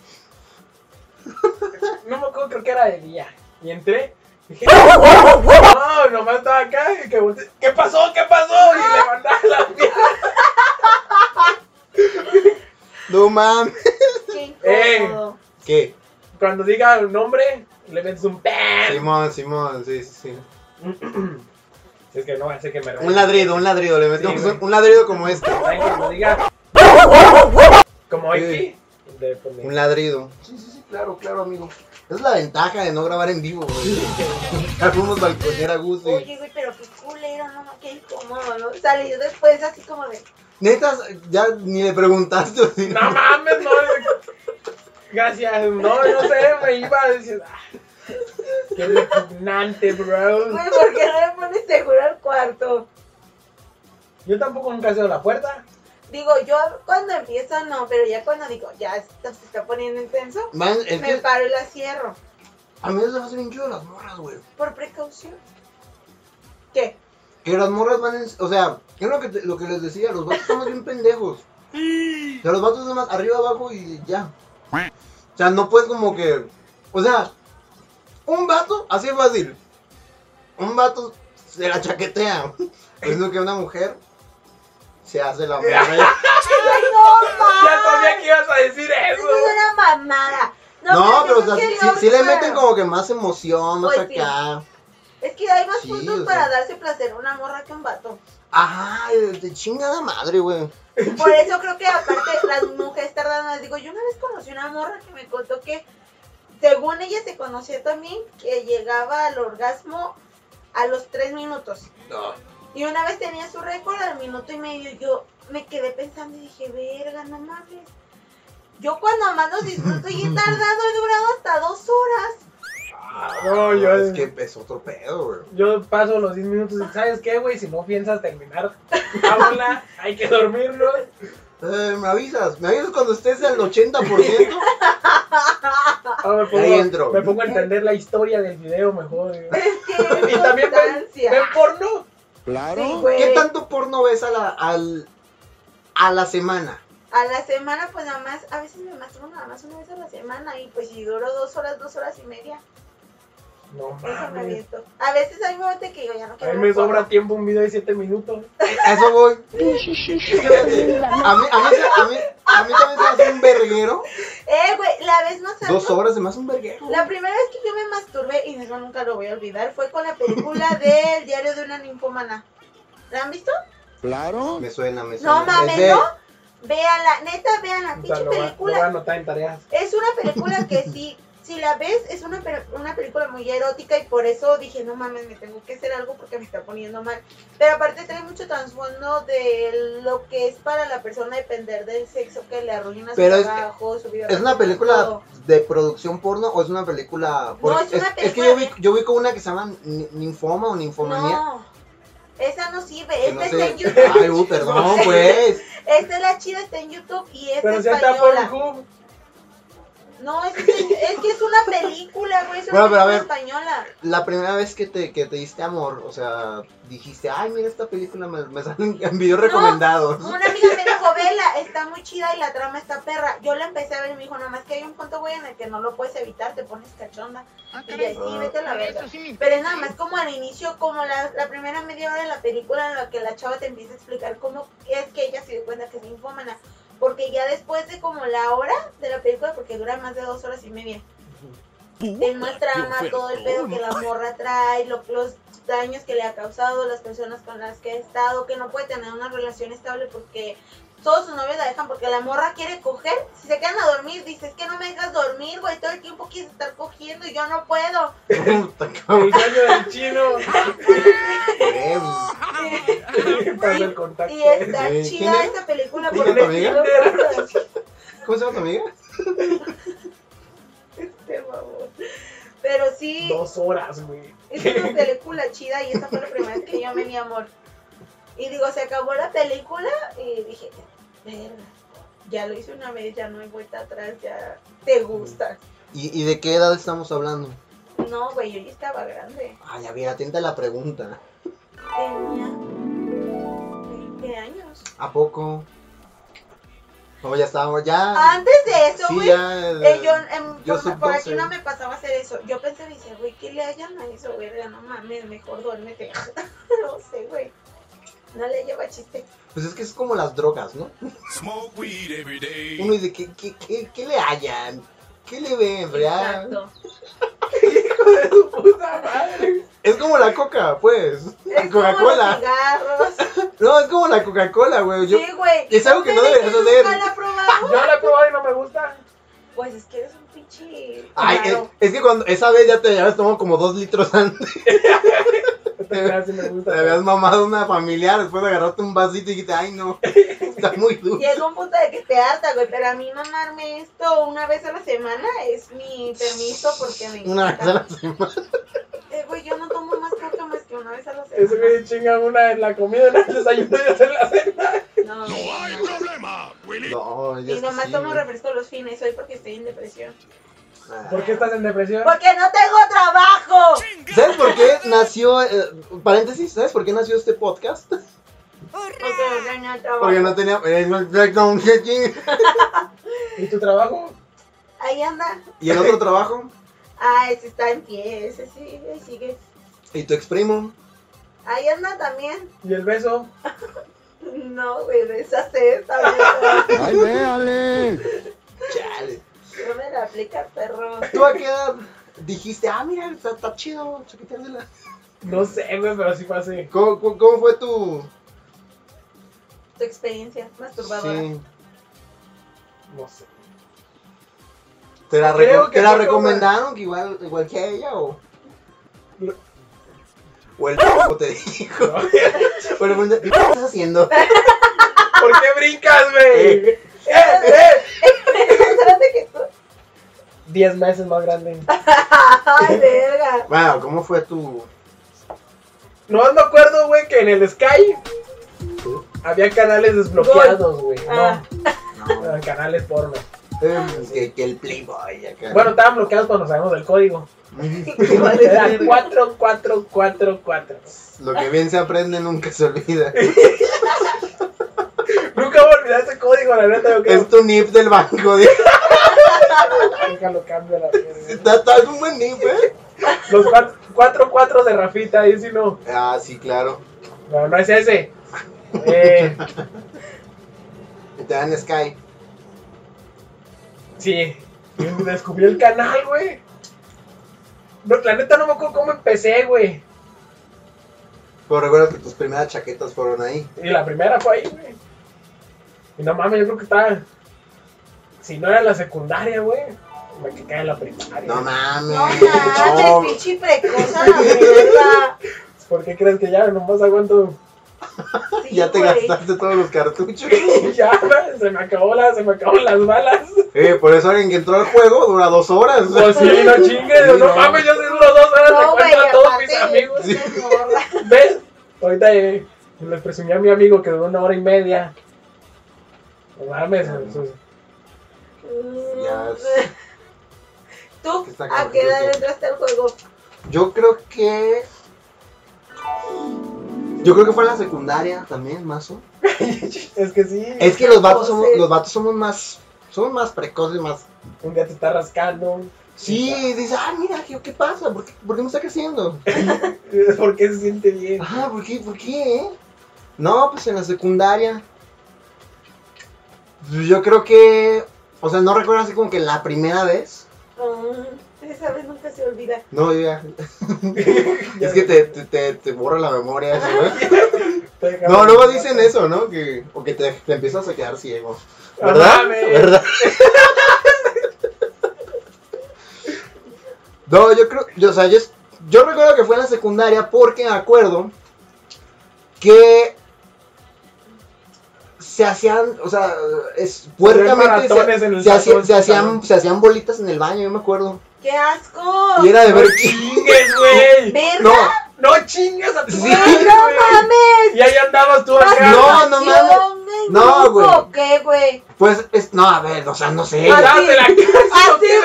Speaker 4: No me acuerdo, creo que era de día. Y entré. Dije, no, nomás estaba acá. Y que volteé, ¿Qué pasó? ¿Qué pasó? Y le mandaba la mierda.
Speaker 3: No mames.
Speaker 5: ¡Qué
Speaker 4: Eh.
Speaker 5: incómodo!
Speaker 3: ¿Qué?
Speaker 4: Cuando diga el nombre, le metes un pen.
Speaker 3: Simón, Simón, sí, sí, sí.
Speaker 4: es que no, hace que me
Speaker 3: Un ladrido, un ladrido, le metemos
Speaker 4: Sí, güey.
Speaker 3: un, un ladrido como este.
Speaker 4: ¿Saben? Cuando diga. Como pues, Iki. le pone-
Speaker 3: Un ladrido. Sí, sí, sí, claro, claro, amigo. Es la ventaja de no grabar en vivo, güey. Algunos balconear a gusto. y-
Speaker 5: Oye, güey, pero qué culero, no, qué incómodo, ¿no? Sale yo después así como de,
Speaker 3: Netas, ya ni le preguntaste. o sí.
Speaker 4: No mames, no. Gracias, no, no sé, me iba a decir. ah, Qué repugnante, bro.
Speaker 5: Güey, ¿por qué no le pones seguro al cuarto?
Speaker 4: Yo tampoco nunca cedo la puerta.
Speaker 5: Digo, yo cuando empiezo no, pero ya cuando digo, ya esto se está poniendo intenso,
Speaker 3: Man, es
Speaker 5: me
Speaker 3: que
Speaker 5: paro y la cierro.
Speaker 3: a mí se me hacen bien chido las morras, güey.
Speaker 5: Por precaución. ¿Qué?
Speaker 3: Que las morras van en... O sea, es lo que, te- lo que les decía, los vatos somos bien pendejos. O sea, los vatos son más arriba, abajo y ya. O sea, no puedes como que... O sea, un vato, así es fácil. Un vato se la chaquetea. Es lo que una mujer se hace la morra.
Speaker 5: ¡Ay, no,
Speaker 4: Ya
Speaker 5: ma!
Speaker 4: sabía que ibas a decir eso.
Speaker 5: Eso es una mamada.
Speaker 3: No, pero o
Speaker 5: yo
Speaker 3: sea,
Speaker 5: creo
Speaker 3: sí,
Speaker 5: que el
Speaker 3: sí le
Speaker 5: Oscar-
Speaker 3: meten como que más emoción, más
Speaker 5: Pues sí.
Speaker 3: acá.
Speaker 5: Es que hay más
Speaker 3: Sí,
Speaker 5: puntos
Speaker 3: o sea.
Speaker 5: para darse placer a una morra que a un vato.
Speaker 3: Ajá, de chingada madre, güey.
Speaker 5: Por eso creo que aparte las mujeres tardan más. Digo, yo una vez conocí una morra que me contó que, según ella se conocía también, que llegaba al orgasmo a los tres minutos.
Speaker 3: No.
Speaker 5: Y una vez tenía su récord al minuto y medio. Yo me quedé pensando y dije, verga, no mames. Yo cuando más los disfruto y he tardado, he durado hasta dos horas.
Speaker 4: Ah, No, yo-
Speaker 3: Es que es otro pedo, güey.
Speaker 4: Yo paso los 10 minutos y, ¿sabes qué, güey? Si no piensas terminar, vámonos, hay que dormirnos.
Speaker 3: Eh, me avisas, me avisas cuando estés al 80%.
Speaker 4: Ah, me, pongo,
Speaker 3: Ahí entro.
Speaker 4: me pongo a entender la historia del video mejor. ¿eh? güey.
Speaker 5: Es que es
Speaker 4: Y también ven,
Speaker 5: constancia.
Speaker 4: ven porno.
Speaker 5: Sí,
Speaker 2: Claro.
Speaker 5: güey.
Speaker 3: ¿Qué tanto porno ves a la, al, a la semana?
Speaker 5: A la semana, pues nada más, a veces me masturbo nada más una vez a la semana y pues si duro dos horas, dos horas y media,
Speaker 4: No
Speaker 3: Ah,
Speaker 5: eso me
Speaker 4: mames.
Speaker 5: aviento. A veces hay momentos que yo ya no
Speaker 4: A
Speaker 5: quiero.
Speaker 4: mí me
Speaker 5: ver porno.
Speaker 4: sobra tiempo un video de 7 minutos.
Speaker 3: A Eso voy. A mí, a mí, se- a mí, a mí también se me hace un verguero.
Speaker 5: Eh, güey, la vez más alta-
Speaker 3: Dos horas se me hace un verguero.
Speaker 5: La primera vez que yo me masturbé, y eso nunca lo voy a olvidar, fue con la película del diario de una ninfómana. ¿La han visto?
Speaker 2: Claro.
Speaker 3: Me suena, me suena.
Speaker 5: No mames,
Speaker 3: Es de-
Speaker 5: ¿no? Véanla, neta, véanla,
Speaker 4: O sea,
Speaker 5: pinche
Speaker 4: lo, va- lo voy a
Speaker 5: película.
Speaker 4: anotar en tareas.
Speaker 5: Es una película que sí, si la ves, es una, pe- una película muy erótica y por eso dije, no mames, me tengo que hacer algo porque me está poniendo mal. Pero aparte trae mucho trasfondo de lo que es para la persona depender del sexo que le arruina su
Speaker 3: Pero es-
Speaker 5: trabajo, su vida.
Speaker 3: ¿Es una
Speaker 5: todo.
Speaker 3: película de producción porno o es una película.?
Speaker 5: No, es una
Speaker 3: que
Speaker 5: película
Speaker 3: yo vi,
Speaker 5: de-
Speaker 3: yo vi con una que se llama Ni- Ninfoma o Ninfomanía.
Speaker 5: No, esa no sirve,
Speaker 3: que
Speaker 5: esta
Speaker 3: no
Speaker 5: está
Speaker 3: sé-
Speaker 5: en YouTube.
Speaker 3: Ay, uh, perdón, pues.
Speaker 5: Esta es la chida, está en YouTube y es
Speaker 4: Pero si está
Speaker 5: española.
Speaker 4: Pornhub.
Speaker 5: No, es, que- es que es una película, güey, es una
Speaker 3: Bueno, pero a
Speaker 5: película
Speaker 3: ver.
Speaker 5: española.
Speaker 3: La primera vez que te, que te diste amor, o sea, dijiste, ay, mira esta película, me, me salen en videos
Speaker 5: No.
Speaker 3: recomendados.
Speaker 5: Una amiga me dijo, vela, está muy chida y la trama está perra. Yo la empecé a ver y me dijo, nada más que hay un punto, güey, en el que no lo puedes evitar, te pones cachonda. Y yo, sí, vete a la verga. Pero es nada más como al inicio, como la, la primera media hora de la película en la que la chava te empieza a explicar cómo es que ella se dio cuenta que es infómana. Porque ya después de como la hora de la película, porque dura más de dos horas y media, te muestra más todo el pedo que la morra trae, lo- los daños que le ha causado, las personas con las que ha estado, que no puede tener una relación estable porque todos sus novios la dejan porque la morra quiere coger. Si se quedan a dormir, dices que no me dejas dormir, güey, todo el tiempo quieres estar cogiendo y yo no puedo.
Speaker 3: Puta,
Speaker 4: El
Speaker 3: cabrón. Eh,
Speaker 4: sueño del chino. Pasa el contacto.
Speaker 5: Y está
Speaker 3: Eh,
Speaker 5: chida
Speaker 3: ¿quién es?
Speaker 5: esta película
Speaker 3: ¿Quién es
Speaker 5: porque
Speaker 3: tu amiga?
Speaker 5: Por
Speaker 3: ¿Cómo se llama tu amiga?
Speaker 5: favor. Pero sí,
Speaker 4: Dos horas, güey.
Speaker 5: es una película chida y esa fue la primera vez que yo me di amor. Y digo, se acabó la película y dije, verga, ya lo hice una vez, ya no hay vuelta atrás, ya te gusta.
Speaker 3: ¿Y, y de qué edad estamos hablando?
Speaker 5: No, güey, yo ya estaba grande.
Speaker 3: Ay, a ver, atenta a la pregunta.
Speaker 5: Tenía 20 años.
Speaker 3: ¿A poco? No, ya estábamos, ya.
Speaker 5: Antes de eso,
Speaker 3: Ah. sí,
Speaker 5: güey,
Speaker 3: ya.
Speaker 5: Eh, yo, em,
Speaker 3: Yo
Speaker 5: por-
Speaker 3: soy
Speaker 5: por, aquí
Speaker 3: doce.
Speaker 5: no me pasaba hacer eso. Yo pensé, me decía, güey, ¿qué le hayan a eso, güey? No mames, mejor duérmete. no sé, güey. No le lleva chiste.
Speaker 3: Pues es que es como las drogas, ¿no?
Speaker 7: Smoke weed every day.
Speaker 3: Uno dice, ¿qué, qué, qué, qué le hallan? ¿Qué le ven, real?
Speaker 5: Exacto.
Speaker 4: Puta madre.
Speaker 3: Es como la coca, pues.
Speaker 5: Es
Speaker 3: La
Speaker 5: como los
Speaker 3: Coca-Cola.
Speaker 5: cigarros.
Speaker 3: No, es como la Coca-Cola, güey. Yo,
Speaker 5: Sí, güey.
Speaker 3: es algo que no
Speaker 5: ¿Ustedes
Speaker 3: deberías hacer.
Speaker 5: nunca la probaron?
Speaker 4: Yo la he probado y no me gusta.
Speaker 5: Pues es que eres un pinche.
Speaker 3: Ay, eh.
Speaker 5: raro.
Speaker 3: es, es que cuando esa vez ya te habías tomado como dos litros antes.
Speaker 4: gusta, casi me gusta.
Speaker 3: Eh, Te habías mamado una familiar, después agarraste un vasito y dijiste, ay no, está muy duro.
Speaker 5: Llega un punto de que te harta, güey, pero a mí mamarme esto una vez a la semana es mi permiso porque me encanta.
Speaker 3: Una vez a la semana.
Speaker 5: Eh, güey, yo no tomo más coca más que una vez a la
Speaker 4: Ese
Speaker 5: semana.
Speaker 4: güey chinga una en la comida, una en el desayuno y otra en la cena.
Speaker 5: No,
Speaker 7: No
Speaker 5: güey,
Speaker 7: hay
Speaker 5: no.
Speaker 7: problema, Willy.
Speaker 3: No, ya
Speaker 5: Y
Speaker 3: es que
Speaker 5: nomás
Speaker 3: sí,
Speaker 5: tomo
Speaker 3: güey.
Speaker 5: refresco los fines hoy porque estoy en depresión.
Speaker 3: Ah.
Speaker 4: ¿Por qué estás en depresión?
Speaker 5: ¡Porque no tengo trabajo!
Speaker 3: ¿Sabes por qué nació, eh, paréntesis, ¿sabes por qué nació este podcast?
Speaker 5: Porque no tengo trabajo.
Speaker 3: Porque no tenía... eh, no- no- no- no-
Speaker 4: ¿Y tu trabajo?
Speaker 5: Ahí anda.
Speaker 3: ¿Y el otro trabajo?
Speaker 5: Ah, ese está en pie, ese sigue, sigue.
Speaker 3: ¿Y tu ex primo?
Speaker 5: Ahí anda también.
Speaker 4: ¿Y el beso?
Speaker 5: No, güey, de esa sed también.
Speaker 8: ¡Ay, véale!
Speaker 3: Chale.
Speaker 5: No me la aplica, perro.
Speaker 3: ¿Tú a qué edad dijiste, ah, mira, está, está chido, chaqueteársela?
Speaker 4: No sé, güey, pero sí fue así.
Speaker 3: ¿Cómo, cómo, cómo fue tu...?
Speaker 5: Tu experiencia masturbadora.
Speaker 3: Sí.
Speaker 4: No sé.
Speaker 3: ¿Te la,
Speaker 4: Creo
Speaker 3: reco-
Speaker 4: que
Speaker 3: te la
Speaker 4: fue como-
Speaker 3: recomendaron que igual, igual que a ella o...? O el p*** te dijo.
Speaker 4: ¿no? ¿Por qué
Speaker 3: Pero, ¿Qué estás haciendo?
Speaker 4: brincas, güey? ¡Eh, eh!
Speaker 5: Espérate que tú.
Speaker 4: Diez meses más grande.
Speaker 5: Ay, verga.
Speaker 3: Bueno, ¿cómo fue tu...?
Speaker 4: No me acuerdo, güey, que en el Sky
Speaker 3: tu-
Speaker 4: había canales desbloqueados, güey.
Speaker 5: Ah.
Speaker 4: No, eran canales porno.
Speaker 3: em, que, que el Playboy acá.
Speaker 4: Bueno, estaban bloqueados cuando sabemos del código. Era 4444.
Speaker 3: Lo que bien se aprende nunca se olvida.
Speaker 4: Nunca voy a olvidar ese código, la neta. Yo creo
Speaker 3: Es tu nip del banco. dice.
Speaker 4: nunca lo cambio a la verga.
Speaker 3: Está, está- es un buen nip, ¿eh?
Speaker 4: Los 44 de Rafita, ahí sí no.
Speaker 3: Ah, sí, claro.
Speaker 4: No, no es ese. Eh,
Speaker 3: Y Te dan Sky.
Speaker 4: sí. Descubrí el canal, güey. No, la neta no me acuerdo cómo empecé, güey.
Speaker 3: Pero recuerda que tus primeras chaquetas fueron ahí.
Speaker 4: Y la primera fue ahí, güey. Y no mames, yo creo que estaba. Si no era la secundaria, güey. Me que cae en la primaria.
Speaker 3: No mames.
Speaker 5: No mames, pinche precoz a la verga.
Speaker 4: ¿Por qué crees que ya nomás aguanto?
Speaker 5: Sí,
Speaker 3: Ya te
Speaker 5: güey.
Speaker 3: gastaste todos los cartuchos.
Speaker 4: ya, güey, se me acabó la, se me acabaron las balas.
Speaker 3: Eh, por eso alguien que entró al juego dura dos horas.
Speaker 4: Pues sí, no chingues,
Speaker 3: Sí,
Speaker 4: no
Speaker 3: no.
Speaker 4: mames, yo sí duro dos horas de
Speaker 5: No, güey,
Speaker 4: cuenta a todos
Speaker 5: aparte,
Speaker 4: mis amigos.
Speaker 5: sí, morra.
Speaker 4: ¿Ves? Ahorita eh, le presumí a mi amigo que duró una hora y media. No mames,
Speaker 5: Ah.
Speaker 4: pues,
Speaker 3: Ya
Speaker 5: ¿Tú
Speaker 3: Que está
Speaker 5: a
Speaker 3: cabrón,
Speaker 5: qué edad
Speaker 3: sí.
Speaker 5: entraste al juego?
Speaker 3: Yo creo que. Yo creo que fue en la secundaria también, más o
Speaker 4: es que sí,
Speaker 3: Es que los vatos
Speaker 5: Oh,
Speaker 3: somos,
Speaker 5: sí.
Speaker 3: los vatos somos más. Somos más precoces, más.
Speaker 4: un día te está rascando.
Speaker 3: Sí, dices, ah, mira, ¿qué, qué pasa? ¿Por qué, por qué me está creciendo?
Speaker 4: ¿Por qué se siente bien?
Speaker 3: Ah, ¿por qué? ¿Por qué? eh? No, pues en la secundaria. Pues Yo creo que. O sea, no recuerdo así como que la primera vez.
Speaker 5: Mm, esa vez nunca se olvida.
Speaker 3: No, yo ya. es que te, te, te, te borra la memoria. eso, ¿eh? No, luego dicen eso, ¿no? Que, o que te, te empiezas a quedar ciego.
Speaker 4: No
Speaker 3: ¿Verdad?
Speaker 4: mames.
Speaker 3: ¿Verdad? no, yo creo, yo, o sea, yo, yo recuerdo que fue en la secundaria porque me acuerdo que se hacían, o sea, es, puercamente
Speaker 4: maratones en
Speaker 3: se, se
Speaker 4: el
Speaker 3: hacían,
Speaker 4: salón,
Speaker 3: se, hacían,
Speaker 4: salón.
Speaker 3: se hacían bolitas en el baño, yo me acuerdo.
Speaker 5: ¡Qué asco!
Speaker 3: Y era de ver...
Speaker 4: chingues, güey.
Speaker 5: ¡Verga!
Speaker 3: No,
Speaker 4: No chingues a tu
Speaker 3: Sí.
Speaker 4: madre,
Speaker 5: ¡No
Speaker 4: güey.
Speaker 5: mames!
Speaker 4: Y ahí andabas tú acá.
Speaker 3: No, no
Speaker 5: Masturbación en
Speaker 3: No,
Speaker 5: grupo,
Speaker 3: güey.
Speaker 5: ¿o ¿Qué, güey?
Speaker 3: pues, es, no, a ver, o sea, no sé.
Speaker 5: Ah,
Speaker 4: Date la
Speaker 5: Así, güey.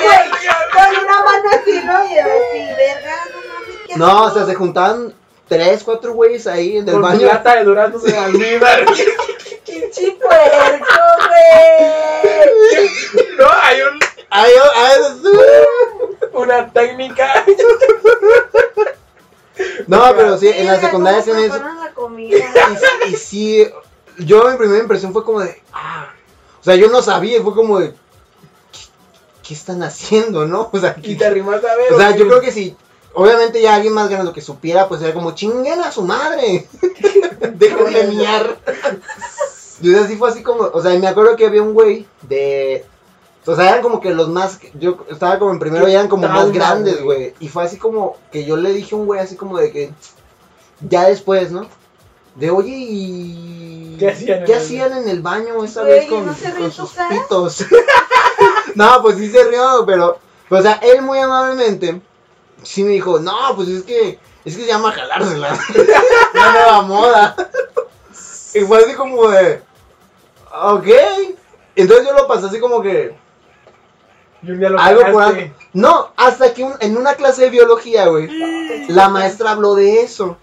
Speaker 4: verga.
Speaker 5: Con una mano así, ¿no? Y así, verga, no mames, qué
Speaker 3: No, o
Speaker 5: asco.
Speaker 3: sea, se juntaban tres, cuatro güeyes ahí en el
Speaker 4: Con tu
Speaker 3: baño.
Speaker 4: lata de duraznos en almíbar.
Speaker 5: ¡Pinche puerco, güey!
Speaker 4: No, hay un,
Speaker 3: Ay, oh, ay, sí.
Speaker 4: una técnica.
Speaker 3: No, pero sí, en la
Speaker 5: Mira,
Speaker 3: secundaria
Speaker 5: cómo
Speaker 3: hacían eso.
Speaker 5: preparan la comida.
Speaker 3: Y, y sí, yo mi primera impresión fue como de, ah, o sea, yo no sabía, fue como de, ¿qué, qué están haciendo, no? O sea,
Speaker 4: Y
Speaker 3: ¿qué-
Speaker 4: te arrimas a ver.
Speaker 3: o sea, yo creo que si, obviamente ya alguien más grande que supiera, pues era como, chinguen a su madre, déjenme miar. Y o sea, sí fue así como, o sea, y me acuerdo que había un güey de, o sea, eran como que los más, yo estaba como en primero
Speaker 4: Qué
Speaker 3: y eran como más
Speaker 4: trauma,
Speaker 3: grandes,
Speaker 4: güey.
Speaker 3: güey. Y fue así como que yo le dije a un güey así como de que, ya después, ¿no? De oye y...
Speaker 4: ¿Qué hacían en
Speaker 3: ¿Qué
Speaker 4: el-
Speaker 3: hacían en el baño esa
Speaker 5: Güey,
Speaker 3: vez con,
Speaker 5: ¿no se rió
Speaker 3: con
Speaker 5: en tu
Speaker 3: sus
Speaker 5: cara?
Speaker 3: pitos? no, pues sí se rió, pero... pues, o sea, él muy amablemente sí me dijo, no, pues es que... Es que se llama jalársela. La nueva moda. Y fue así como de... Ok. Entonces yo lo pasé así como que...
Speaker 4: Y un día lo
Speaker 3: Algo por
Speaker 4: pagaste.
Speaker 3: algo. No, hasta que un- en una clase de biología, güey. La maestra habló de eso.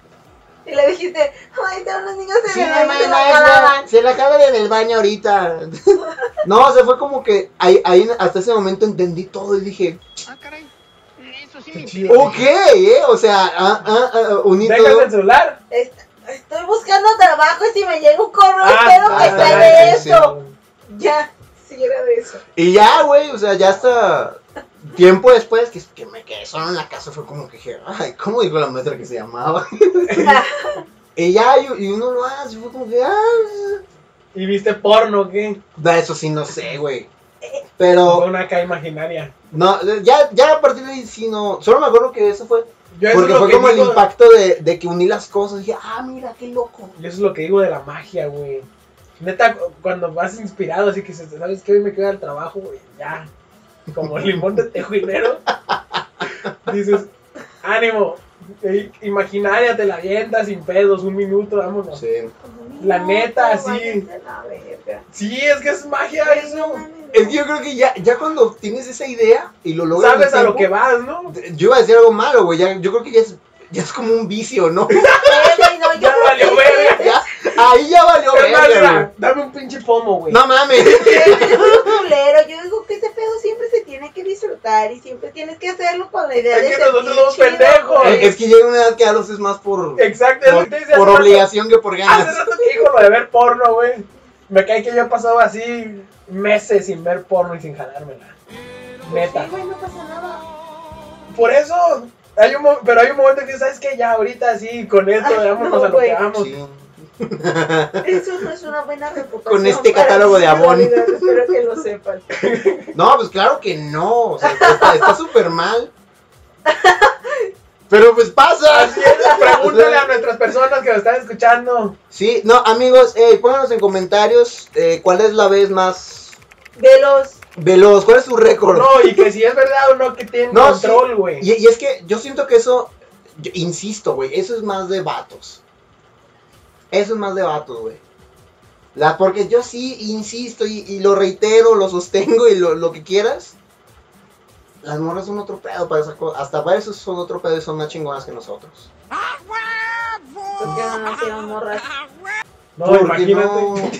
Speaker 5: Y le dijiste, maestra, unos niños se
Speaker 3: Sí,
Speaker 5: me
Speaker 3: la
Speaker 5: van y se la
Speaker 3: maestra,
Speaker 5: calaban.
Speaker 3: Se la acaban en el baño ahorita. No, o sea, fue como que ahí, ahí hasta ese momento entendí todo y dije,
Speaker 1: Ah, caray. Eso sí
Speaker 4: Qué
Speaker 1: me
Speaker 4: chido.
Speaker 3: ok, eh, o sea, ah, ah, ah, uní
Speaker 4: Dejas
Speaker 3: todo.
Speaker 4: el celular.
Speaker 5: Est- Estoy buscando trabajo y si me llega un correo,
Speaker 4: Ah,
Speaker 5: espero
Speaker 3: ah,
Speaker 5: que sea
Speaker 3: sí,
Speaker 5: de
Speaker 3: sí.
Speaker 5: eso. Ya, si era de eso.
Speaker 3: Y ya, güey, o sea, ya hasta tiempo después que, que me quedé solo en la casa fue como que dije, ay, ¿cómo dijo la maestra que se llamaba? y ya, y, y uno lo hace, fue como que, ah,
Speaker 4: Y viste porno, ¿qué?
Speaker 3: da, eso sí, no sé, güey. Pero,
Speaker 4: Una acá imaginaria.
Speaker 3: no, ya, ya a partir de ahí, sí, no, solo me acuerdo que eso fue
Speaker 4: Yo eso
Speaker 3: Porque
Speaker 4: es lo
Speaker 3: fue
Speaker 4: que
Speaker 3: como el
Speaker 4: digo-
Speaker 3: impacto de, de que uní las cosas. Dije, ah, mira, qué loco.
Speaker 4: Yo eso es lo que digo de la magia, güey. Neta, cu- cuando vas inspirado, así que dices, sabes que hoy me queda el trabajo, güey, ya. Como limón de tejuinero. dices, ánimo, e- imaginaria, te la avientas sin pedos, un minuto, vámonos. Sí, La neta, sí.
Speaker 5: váyanse a la verga.
Speaker 4: es que es magia eso.
Speaker 3: Es que yo creo que ya, ya cuando tienes esa idea y lo logras.
Speaker 4: Sabes
Speaker 3: en
Speaker 4: a lo que
Speaker 3: tiempo,
Speaker 4: vas, ¿no?
Speaker 3: Yo iba a decir algo malo, güey. ya- Yo creo que ya es, ya es como un vicio, ¿no?
Speaker 5: Eh, güey, no, yo
Speaker 4: Ya
Speaker 5: creo
Speaker 4: valió
Speaker 5: que-
Speaker 4: verga.
Speaker 3: Ya- ahí ya valió. verga,
Speaker 4: Carnal, mira,
Speaker 3: güey.
Speaker 4: dame un pinche pomo, güey.
Speaker 3: No mames.
Speaker 5: Es un culero. Yo digo que ese pedo siempre se tiene que disfrutar y siempre tienes que hacerlo con la idea
Speaker 4: Es
Speaker 5: de
Speaker 4: que
Speaker 5: sentir
Speaker 4: nosotros somos
Speaker 5: chido,
Speaker 4: pendejos.
Speaker 5: güey.
Speaker 3: es que llega una edad que ya lo haces más por,
Speaker 4: Exacto, es lo
Speaker 3: por,
Speaker 4: que te decía
Speaker 3: por
Speaker 4: hace rato.
Speaker 3: obligación que por
Speaker 4: Ah, Hace
Speaker 3: ganas.
Speaker 4: rato te digo lo de ver porno, güey. Me cae que yo he pasado así meses sin ver porno y sin jalármela. Neta.
Speaker 5: Sí, güey, no pasa nada.
Speaker 4: Por eso, hay un mo- pero hay un momento que sabes que ya ahorita sí, con esto,
Speaker 5: Ay,
Speaker 4: vámonos
Speaker 5: no,
Speaker 4: a lo
Speaker 5: güey.
Speaker 4: que vamos.
Speaker 3: Sí.
Speaker 5: Eso no es una buena reputación.
Speaker 3: Con este
Speaker 5: para
Speaker 3: catálogo de
Speaker 5: la
Speaker 3: Avon.
Speaker 5: vida, Espero que lo sepan.
Speaker 3: No, pues claro que no. O sea, está está súper mal. Pero pues pasa.
Speaker 4: Así es, pregúntale a nuestras personas que nos están escuchando.
Speaker 3: Sí, no, amigos, eh, pónganos en comentarios eh, cuál es la vez más
Speaker 5: De los.
Speaker 3: veloz, cuál es su récord.
Speaker 4: No, y que si es verdad o no, que tienen
Speaker 3: No,
Speaker 4: control, güey.
Speaker 3: Y, y es que yo siento que eso, yo insisto, güey, eso es más de vatos. Eso es más de vatos, güey. La, porque yo sí insisto y, y lo reitero, lo sostengo y lo, lo que quieras. Las morras son otro pedo para esa cosa. Hasta para eso son otro pedo y son más chingonas que nosotros.
Speaker 5: Porque no nos llevan morras.
Speaker 4: No,
Speaker 3: Porque
Speaker 4: imagínate.
Speaker 3: no-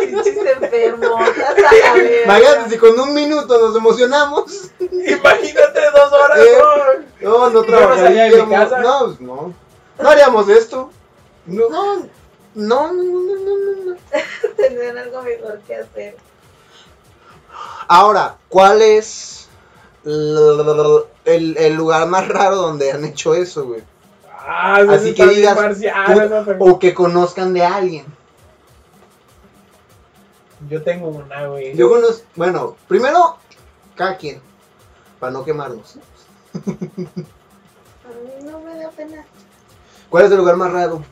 Speaker 5: Pinches enfermos. hasta la verga.
Speaker 3: Imagínate, si con un minuto nos emocionamos.
Speaker 4: Imagínate dos horas,
Speaker 3: Eh.
Speaker 4: güey.
Speaker 3: No, no
Speaker 4: Yo no salía de mi
Speaker 3: trabajaríamos.
Speaker 4: casa.
Speaker 3: No, pues, no. No haríamos esto. No, no, no, no, no, no, no.
Speaker 5: Tendrán algo mejor que hacer.
Speaker 3: Ahora, ¿cuál es el, el- el lugar más raro donde han hecho eso, güey?
Speaker 4: Ah,
Speaker 3: Así que digas,
Speaker 4: Marcial, esa
Speaker 3: tú- o que conozcan de alguien.
Speaker 4: Yo tengo una, güey.
Speaker 3: Yo conozco, bueno, primero, cada quien, para no quemarnos.
Speaker 5: A mí no me da pena.
Speaker 3: ¿Cuál es el lugar más raro?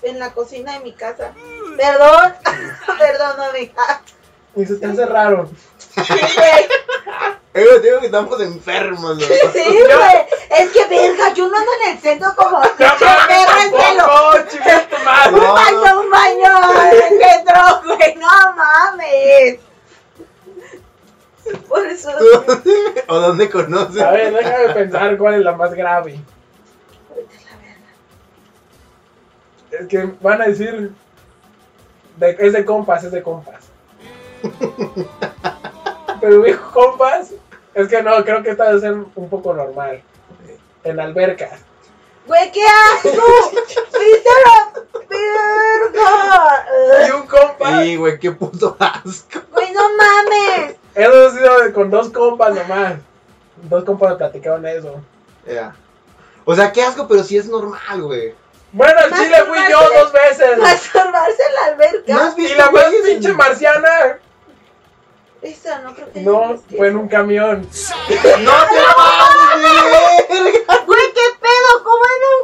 Speaker 5: En la cocina de mi casa. Perdón. Perdóname.
Speaker 4: Y se te hace raro.
Speaker 5: Sí, güey.
Speaker 3: Eh, güey, te digo que estamos enfermos, güey.
Speaker 5: Sí, güey. Es que, verga, yo no ando en el centro como pinche perra en pelo.
Speaker 4: ¡No, chinga tu madre!
Speaker 5: Un baño, un baño en el centro, güey. No mames. Por eso.
Speaker 3: ¿O dónde conoces?
Speaker 4: A ver, déjame pensar cuál es la más grave. Es que van a decir. de- es de compas, es de compas. Pero dijo compas. Es que no, creo que esta debe ser un poco normal. En albercas.
Speaker 5: Güey, ¿qué asco? ¡Viste la verga!
Speaker 4: Y un compa.
Speaker 3: Sí, güey, qué puto asco.
Speaker 5: Güey, no mames.
Speaker 4: Eso ha sido con dos compas nomás. Dos compas me platicaron eso.
Speaker 3: Ya. O sea, qué asco, pero sí es normal, güey.
Speaker 4: Bueno, al
Speaker 5: Más
Speaker 4: chile fui
Speaker 5: normal
Speaker 4: yo
Speaker 5: que-
Speaker 4: dos veces.
Speaker 5: Masturbarse en la alberca.
Speaker 3: ¿No has
Speaker 4: Y
Speaker 3: visto
Speaker 4: la más
Speaker 3: güeyes?
Speaker 4: pinche marciana.
Speaker 5: Eso, no creo que
Speaker 4: No, fue en un
Speaker 5: nunca.
Speaker 4: camión.
Speaker 3: ¡No te mames!
Speaker 5: Güey, qué pedo, ¿cómo en un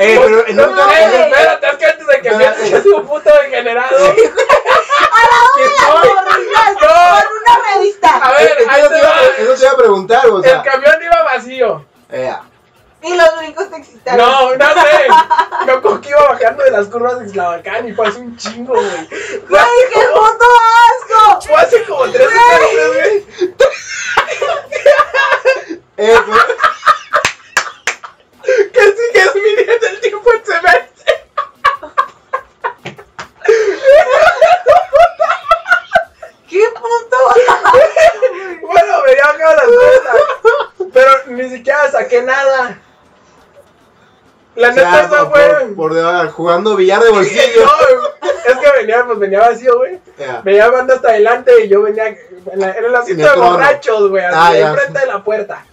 Speaker 3: Eh, huevo, o sea.
Speaker 4: El camión iba vacío.
Speaker 3: eh,
Speaker 5: Y los brincos te excitaron.
Speaker 4: No, no sé. Yo creo que iba bajando de las curvas de Xlavacán y pasó un chingo, güey. Fue
Speaker 5: ¡Güey,
Speaker 4: hace
Speaker 5: qué
Speaker 4: como-
Speaker 5: puto asco!
Speaker 4: Fue hace como tres años, güey.
Speaker 3: eh, pues,
Speaker 4: Que sigues midiendo el tiempo en semestre.
Speaker 5: ¡Qué puto
Speaker 4: Bueno, me dio acá las cosas. Pero ni siquiera saqué nada. La neta,
Speaker 3: ya,
Speaker 4: esa
Speaker 3: por,
Speaker 4: fue.
Speaker 3: por, por debajo, jugando billar de bolsillo.
Speaker 4: No, es que venía, pues venía vacío, güey.
Speaker 3: Eh,
Speaker 4: Venía banda hasta adelante y yo venía en la- en el asiento
Speaker 3: En el
Speaker 4: de
Speaker 3: trono.
Speaker 4: borrachos, güey,
Speaker 3: Ah,
Speaker 4: así
Speaker 3: ya.
Speaker 4: enfrente de la puerta.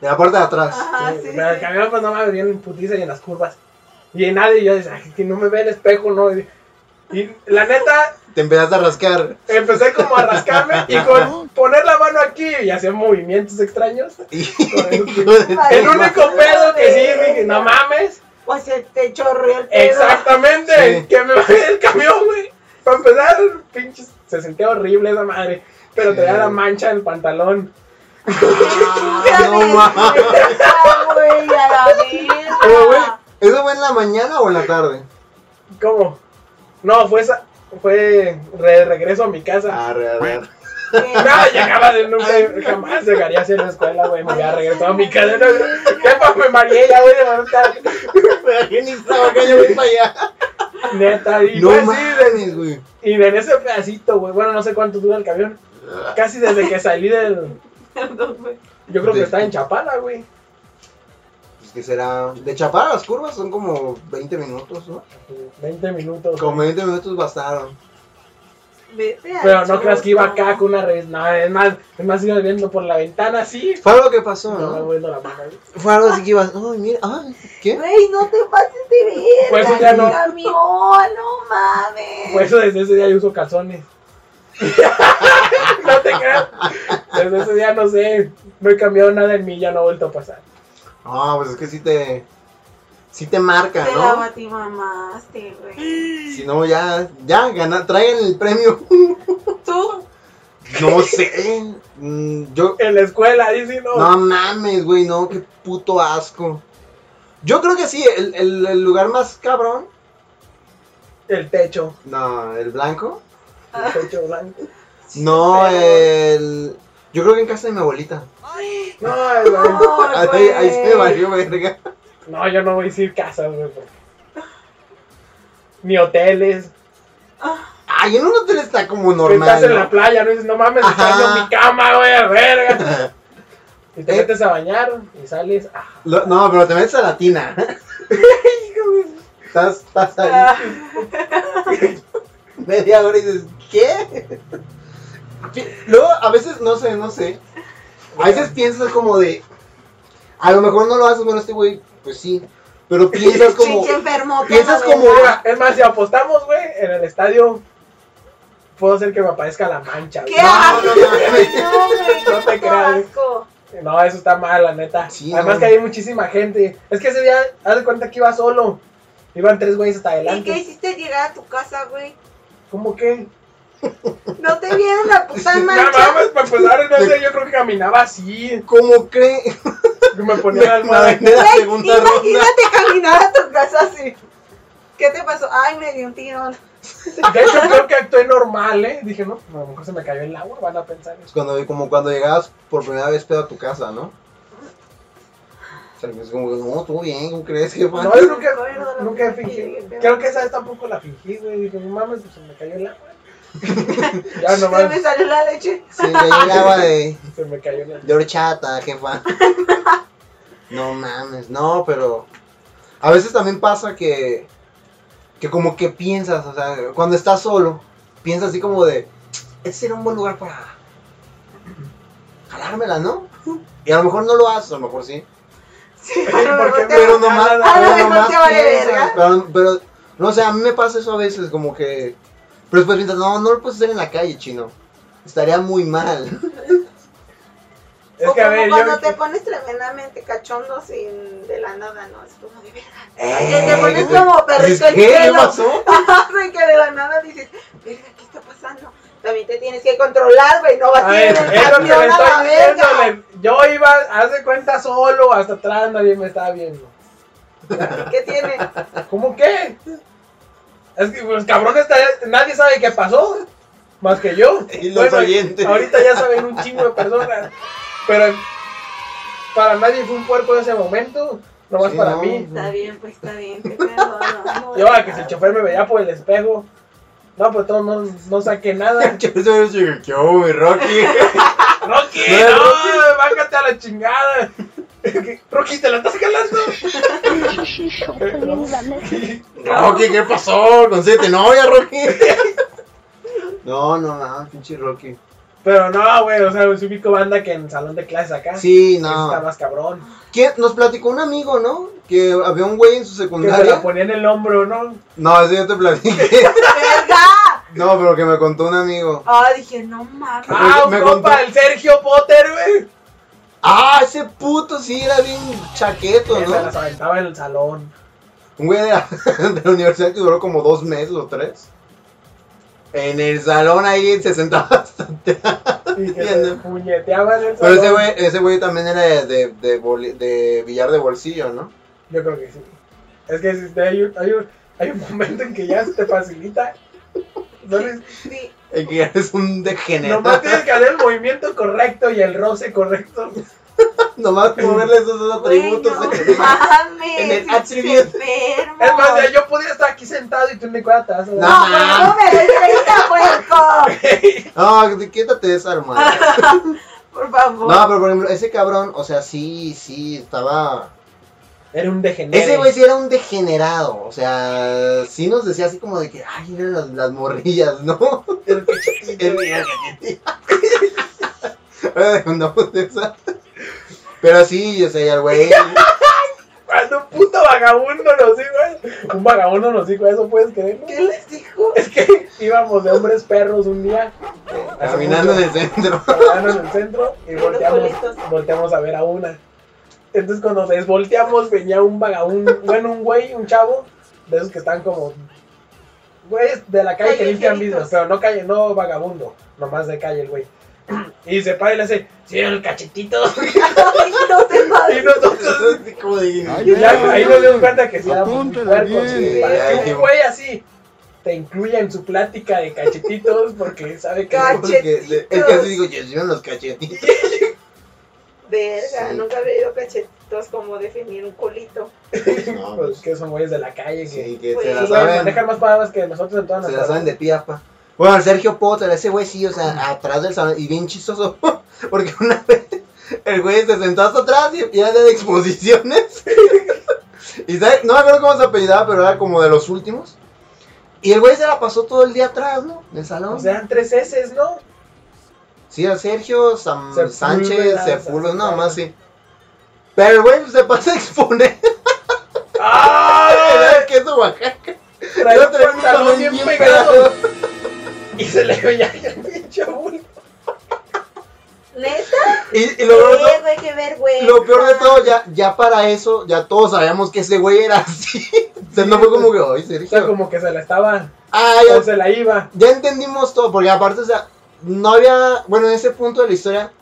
Speaker 3: de la parte de atrás.
Speaker 5: Ajá, Ah, sí,
Speaker 4: Pero el
Speaker 5: sí.
Speaker 4: camión, pues no mames, venía en putiza y en las curvas. Y en nadie, y yo decía, "Ay, que no me ve el espejo, no. Y y la neta,
Speaker 3: Te empezaste a rascar.
Speaker 4: empecé como a rascarme y con poner la mano aquí y hacer movimientos extraños.
Speaker 3: Y-
Speaker 4: Hijo El único pedo que sí dije, no mames,
Speaker 5: O se te chorreó el pedo.
Speaker 4: exactamente,
Speaker 3: Sí.
Speaker 4: que me bajé del camión, güey. Para empezar, pinches, se sentía horrible esa madre, pero
Speaker 3: Sí.
Speaker 4: tenía la mancha en el pantalón.
Speaker 5: Ah,
Speaker 3: No mames.
Speaker 5: güey, a la verga.
Speaker 4: Pero, güey,
Speaker 3: ¿Eso fue en la mañana o en la tarde?
Speaker 4: ¿Cómo? No, fue esa, fue de regreso a mi casa.
Speaker 3: Arre, arre, arre.
Speaker 5: Qué
Speaker 4: No, llegaba de nunca, jamás llegaría a ser la escuela, güey. Me había regresado a mi casa. No, ya, pues, me mareé, ya, güey, de verdad.
Speaker 3: Ni estaba acá, yo voy para allá.
Speaker 4: Neta, y pues
Speaker 3: No
Speaker 4: fue así,
Speaker 3: mames, güey.
Speaker 4: Y en ese pedacito, güey, bueno, no sé cuánto dura el camión. Casi desde que salí del.
Speaker 5: pedo, güey.
Speaker 4: Yo creo que estaba en Chapala, güey.
Speaker 3: Pues que será. De chapar a las curvas son como 20 minutos, ¿no?
Speaker 4: 20 minutos.
Speaker 3: Como 20 minutos bastaron.
Speaker 5: Vete a
Speaker 4: Pero no creas que iba
Speaker 5: chuta.
Speaker 4: acá con una red. No, es más, es más, iba viendo por la ventana así.
Speaker 3: Fue algo que pasó,
Speaker 4: No,
Speaker 3: ¿no?
Speaker 4: moviendo la mano. güey.
Speaker 3: Fue algo así que ibas. Ay, mira, ay, ¿qué?
Speaker 5: Güey, no te pases de ver.
Speaker 4: Pues eso ya no.
Speaker 5: no mames.
Speaker 4: Por eso desde ese día yo uso calzones. no te creas. Desde ese día no sé. No he cambiado nada en mí, ya no ha vuelto a pasar.
Speaker 3: Ah, pues es que sí te. Sí te marca,
Speaker 5: te la
Speaker 3: ¿no?
Speaker 5: batimamaste, güey.
Speaker 3: Si no, ya. Ya, gana, traigan el premio.
Speaker 5: Tú,
Speaker 3: No sé. Mm, Yo.
Speaker 4: En la escuela, ahí sí no.
Speaker 3: No mames, güey, no, qué puto asco. Yo creo que sí, el, el- el lugar más cabrón.
Speaker 4: El techo.
Speaker 3: No, el blanco.
Speaker 4: El techo blanco.
Speaker 3: No,
Speaker 4: Pero-
Speaker 3: el. Yo creo que en casa de mi abuelita.
Speaker 4: No, ay, güey.
Speaker 5: No,
Speaker 3: Ahí, ahí, ahí
Speaker 5: Ah, güey.
Speaker 3: se valió, verga.
Speaker 4: No, yo no voy a decir casas, güey. porque- Ni hoteles.
Speaker 3: Ay, en un hotel está como
Speaker 4: Que
Speaker 3: normal.
Speaker 4: Estás en
Speaker 3: ¿no?
Speaker 4: la playa, no dices, no mames,
Speaker 3: Ajá.
Speaker 4: extraño mi cama, güey, a verga. Y te
Speaker 3: Eh.
Speaker 4: metes a bañar y sales. ah,
Speaker 3: Lo- no, pero te metes a la tina. estás, estás ahí
Speaker 5: Ah,
Speaker 3: media hora y dices, ¿qué? Luego, a veces, no sé, no sé. A veces piensas como de. A lo mejor no lo haces, bueno, este güey, pues sí. Pero piensas como.
Speaker 5: Chichi enfermo.
Speaker 3: piensas
Speaker 5: toda
Speaker 3: como-
Speaker 5: verga.
Speaker 4: mira, es más, si apostamos, güey, en el estadio, puedo hacer que me aparezca la mancha, güey.
Speaker 5: ¿Qué
Speaker 3: No,
Speaker 5: haces?
Speaker 3: no, no, no.
Speaker 5: No, güey,
Speaker 4: No te
Speaker 5: qué
Speaker 4: creas.
Speaker 5: asco.
Speaker 4: No, eso está mal, la neta.
Speaker 3: Sí,
Speaker 4: Además
Speaker 3: no.
Speaker 4: que hay muchísima gente. Es que ese día, haz de cuenta que iba solo. Iban tres güeyes hasta
Speaker 5: ¿Y qué
Speaker 4: adelante.
Speaker 5: hiciste llegar a tu casa, güey?
Speaker 4: ¿Cómo que?
Speaker 5: ¿No te vieron la puta
Speaker 4: No
Speaker 5: mancha?
Speaker 4: mames, para empezar, no sé, yo creo que caminaba así.
Speaker 3: ¿Cómo cree?
Speaker 4: Me ponía la
Speaker 3: La
Speaker 4: almohada.
Speaker 3: bandera
Speaker 5: Güey,
Speaker 3: segunda ronda.
Speaker 5: imagínate caminar a tu casa así. ¿Qué te pasó? Ay, me dio un tirón.
Speaker 4: De hecho, creo que actué normal, ¿eh? Dije, no, a lo mejor se me cayó el agua, van a pensar.
Speaker 3: Es cuando, como cuando llegabas por primera vez pedo a tu casa, ¿no? O sea, es como que, no, todo bien, ¿cómo crees que
Speaker 4: No, yo nunca, nunca fingí. Creo que esa vez tampoco la fingí, güey. Dije, no mames, pues se me cayó el agua.
Speaker 3: Ah,
Speaker 4: ya
Speaker 5: Se me
Speaker 4: nomás,
Speaker 5: salió la leche.
Speaker 3: Sí, ya llegaba de,
Speaker 4: se me cayó el agua.
Speaker 3: de horchata, jefa. No mames, no, pero a veces también pasa que, que como que piensas, o sea, cuando estás solo, piensas así como de, este sería un buen lugar para jalármela, ¿no? Y a lo mejor no lo haces, a lo mejor sí.
Speaker 5: Sí,
Speaker 4: ¿por qué?
Speaker 3: Pero nomás,
Speaker 4: A lo
Speaker 3: pero
Speaker 5: mejor
Speaker 3: nomás
Speaker 5: te vale
Speaker 3: piensas,
Speaker 5: verga.
Speaker 3: Pero, pero, no sé, a mí me pasa eso a veces, como que, pero después piensas, no, no lo puedes hacer en la calle, chino. Estaría muy mal.
Speaker 4: Es que a ver, yo.
Speaker 5: cuando te pones tremendamente cachondo sin de la nada, no, es como de verga. Que te pones como perrito en
Speaker 3: ¿Qué? ¿Qué
Speaker 5: hielo.
Speaker 3: pasó?
Speaker 5: Ay, que de la nada dices, verga, ¿qué está pasando? También te tienes que controlar, güey, no vas
Speaker 4: A
Speaker 5: a
Speaker 4: ver,
Speaker 5: ir
Speaker 4: es lo que le
Speaker 5: a la
Speaker 4: estoy
Speaker 5: verga.
Speaker 4: diciendo. le- Yo iba, haz de cuenta, solo, hasta atrás nadie me estaba viendo.
Speaker 5: ¿Qué tiene?
Speaker 4: ¿Cómo qué? Es que pues, los cabrones, ta- nadie sabe qué pasó, más que yo.
Speaker 3: Y los oyentes.
Speaker 4: Ahorita ya saben un chingo de personas, pero para nadie fue un puerco en ese momento, nomás
Speaker 3: Sí,
Speaker 4: para
Speaker 3: no.
Speaker 4: mí.
Speaker 5: Está bien, pues está bien, te perdono. No,
Speaker 4: Yo, a que si el chofer me veía por el espejo, no, pues todo, no, no saqué nada.
Speaker 3: Yo soy un chico, ¿Qué hubo, mi Rocky?
Speaker 4: Rocky,
Speaker 3: No es
Speaker 4: no,
Speaker 3: Rocky.
Speaker 4: bájate a la chingada. Rocky, te la estás calando.
Speaker 3: Rocky, ¿qué pasó? Consíguete novia, Rocky. No, no, no, pinche Rocky.
Speaker 4: Pero no, güey, o sea, se ubicó banda que en salón de clases acá.
Speaker 3: Sí,
Speaker 4: Ese Está
Speaker 3: no.
Speaker 4: más cabrón.
Speaker 3: ¿Quién? Nos platicó un amigo, ¿no? Que había un güey en su
Speaker 4: Que se la
Speaker 3: secundaria.
Speaker 4: ponía en el hombro, ¿no?
Speaker 3: No, eso yo te platiqué.
Speaker 5: ¡Verga!
Speaker 3: No, pero que me contó un amigo.
Speaker 5: Ah, dije, no mames.
Speaker 4: Ah, un
Speaker 3: me
Speaker 4: compa,
Speaker 3: contó.
Speaker 4: el Sergio Potter, güey.
Speaker 3: Ah, ese puto sí era bien chaqueto,
Speaker 4: Que se
Speaker 3: ¿no?
Speaker 4: las aventaba en el salón.
Speaker 3: Un güey de la, de la universidad que duró como dos meses o tres. En el salón ahí se sentaba bastante.
Speaker 4: Y que se
Speaker 3: Entiendo.
Speaker 4: puñeteaba en el
Speaker 3: Pero
Speaker 4: salón.
Speaker 3: ese güey, ese güey también era de, de, de boli- de billar de bolsillo, ¿no?
Speaker 4: Yo creo que sí. Es que si te- hay un, hay un, hay un momento en que ya se te facilita. Entonces,
Speaker 5: Sí,
Speaker 3: El que es un degenerado.
Speaker 4: nomás tienes que hacer el movimiento correcto y el roce correcto.
Speaker 3: Nomás ponerle esos dos
Speaker 5: güey,
Speaker 3: atributos. eh.
Speaker 5: no mames.
Speaker 3: en el
Speaker 5: pinche
Speaker 3: atributo.
Speaker 5: enfermo.
Speaker 4: Es más, ya yo podría estar aquí sentado y tú ni cuenta te vas a dar.
Speaker 5: No, no me despeita, puerco.
Speaker 3: Ah, quítate de esa hermana.
Speaker 5: Por favor.
Speaker 3: No, pero por ejemplo, ese cabrón, o sea, sí, sí, estaba.
Speaker 4: Era un degenerado.
Speaker 3: Ese güey sí era un degenerado. O sea, sí nos decía así como de que, ay, miren las, las morrillas, ¿no? Ahora dejamos de esa. Pero sí, o sea, ya el güey.
Speaker 4: Cuando un puto vagabundo nos dijo eso. Un vagabundo nos dijo eso, ¿puedes creerlo?
Speaker 5: ¿Qué les dijo?
Speaker 4: Es que íbamos de hombres perros un día, eh,
Speaker 3: Caminando en el centro.
Speaker 4: parando en el centro, y
Speaker 5: Unos
Speaker 4: volteamos,
Speaker 5: solitos.
Speaker 4: volteamos a ver a una. Entonces cuando desvolteamos venía un vagabundo, bueno, un güey, un chavo, de esos que están como... Güeyes de la calle que limpian
Speaker 5: Callejeritos.
Speaker 4: vidrios, pero no calle, no vagabundo, nomás de calle el güey. Y se para y le hace, sí, el cachetito.
Speaker 5: Ay, no te
Speaker 4: Y
Speaker 5: pases.
Speaker 4: nosotros,
Speaker 3: como de.
Speaker 8: Ay,
Speaker 4: Y ya ahí nos dimos cuenta que sí éramos muy
Speaker 8: Apúntala
Speaker 4: puercos.
Speaker 8: bien.
Speaker 4: sí. Para
Speaker 3: Sí.
Speaker 4: que un güey así te incluya en su plática de cachetitos porque sabe que...
Speaker 5: Cacho.
Speaker 3: Porque- Es que así digo, yo yo en los cachetitos.
Speaker 5: Verga,
Speaker 3: Sí.
Speaker 5: nunca había ido cachetitos como definir un colito.
Speaker 3: No,
Speaker 4: Pues
Speaker 3: pues,
Speaker 4: que son güeyes de la calle que...
Speaker 3: sí, que se la
Speaker 4: Esos güeyes
Speaker 3: saben.
Speaker 4: manejan más palabras que nosotros en toda
Speaker 3: Se
Speaker 4: nuestra
Speaker 3: la saben de piapa. Bueno, el Sergio Potter, ese güey sí, o sea, atrás del salón, y bien chistoso, porque una vez el güey se sentó hasta atrás y ya era de exposiciones. Y sabe- no me acuerdo cómo se apellidaba, pero era como de los últimos. Y el güey se la pasó todo el día atrás, ¿no? En el salón.
Speaker 4: O sea, eran tres S's, ¿no?
Speaker 3: sí, el Sergio, Sam-
Speaker 4: Sepúlveda,
Speaker 3: Sánchez, Sepúlveda,
Speaker 4: Sepúlveda.
Speaker 3: nada más, sí. Pero el güey se pasa a exponer,
Speaker 4: ¡Ah!
Speaker 3: que es de Oaxaca.
Speaker 4: Traía
Speaker 3: Yo
Speaker 4: un
Speaker 3: traía un
Speaker 4: pantalón
Speaker 3: pantalón
Speaker 4: bien
Speaker 3: bien
Speaker 4: pegado. Y se le veía el pinche bulto.
Speaker 5: ¿Neta?
Speaker 3: Y, y lo peor de todo-
Speaker 5: Eh, güey, qué vergüenza.
Speaker 3: Lo peor de todo, ya, ya para eso, ya todos sabíamos que ese güey era así. O sea, no fue como que, ay,
Speaker 4: pues, O sea,
Speaker 3: Sergio.
Speaker 4: como que se la estaba...
Speaker 3: Ah,
Speaker 4: O
Speaker 3: ya,
Speaker 4: se la iba.
Speaker 3: ya entendimos todo, porque aparte, o sea, no había, bueno, en ese punto de la historia,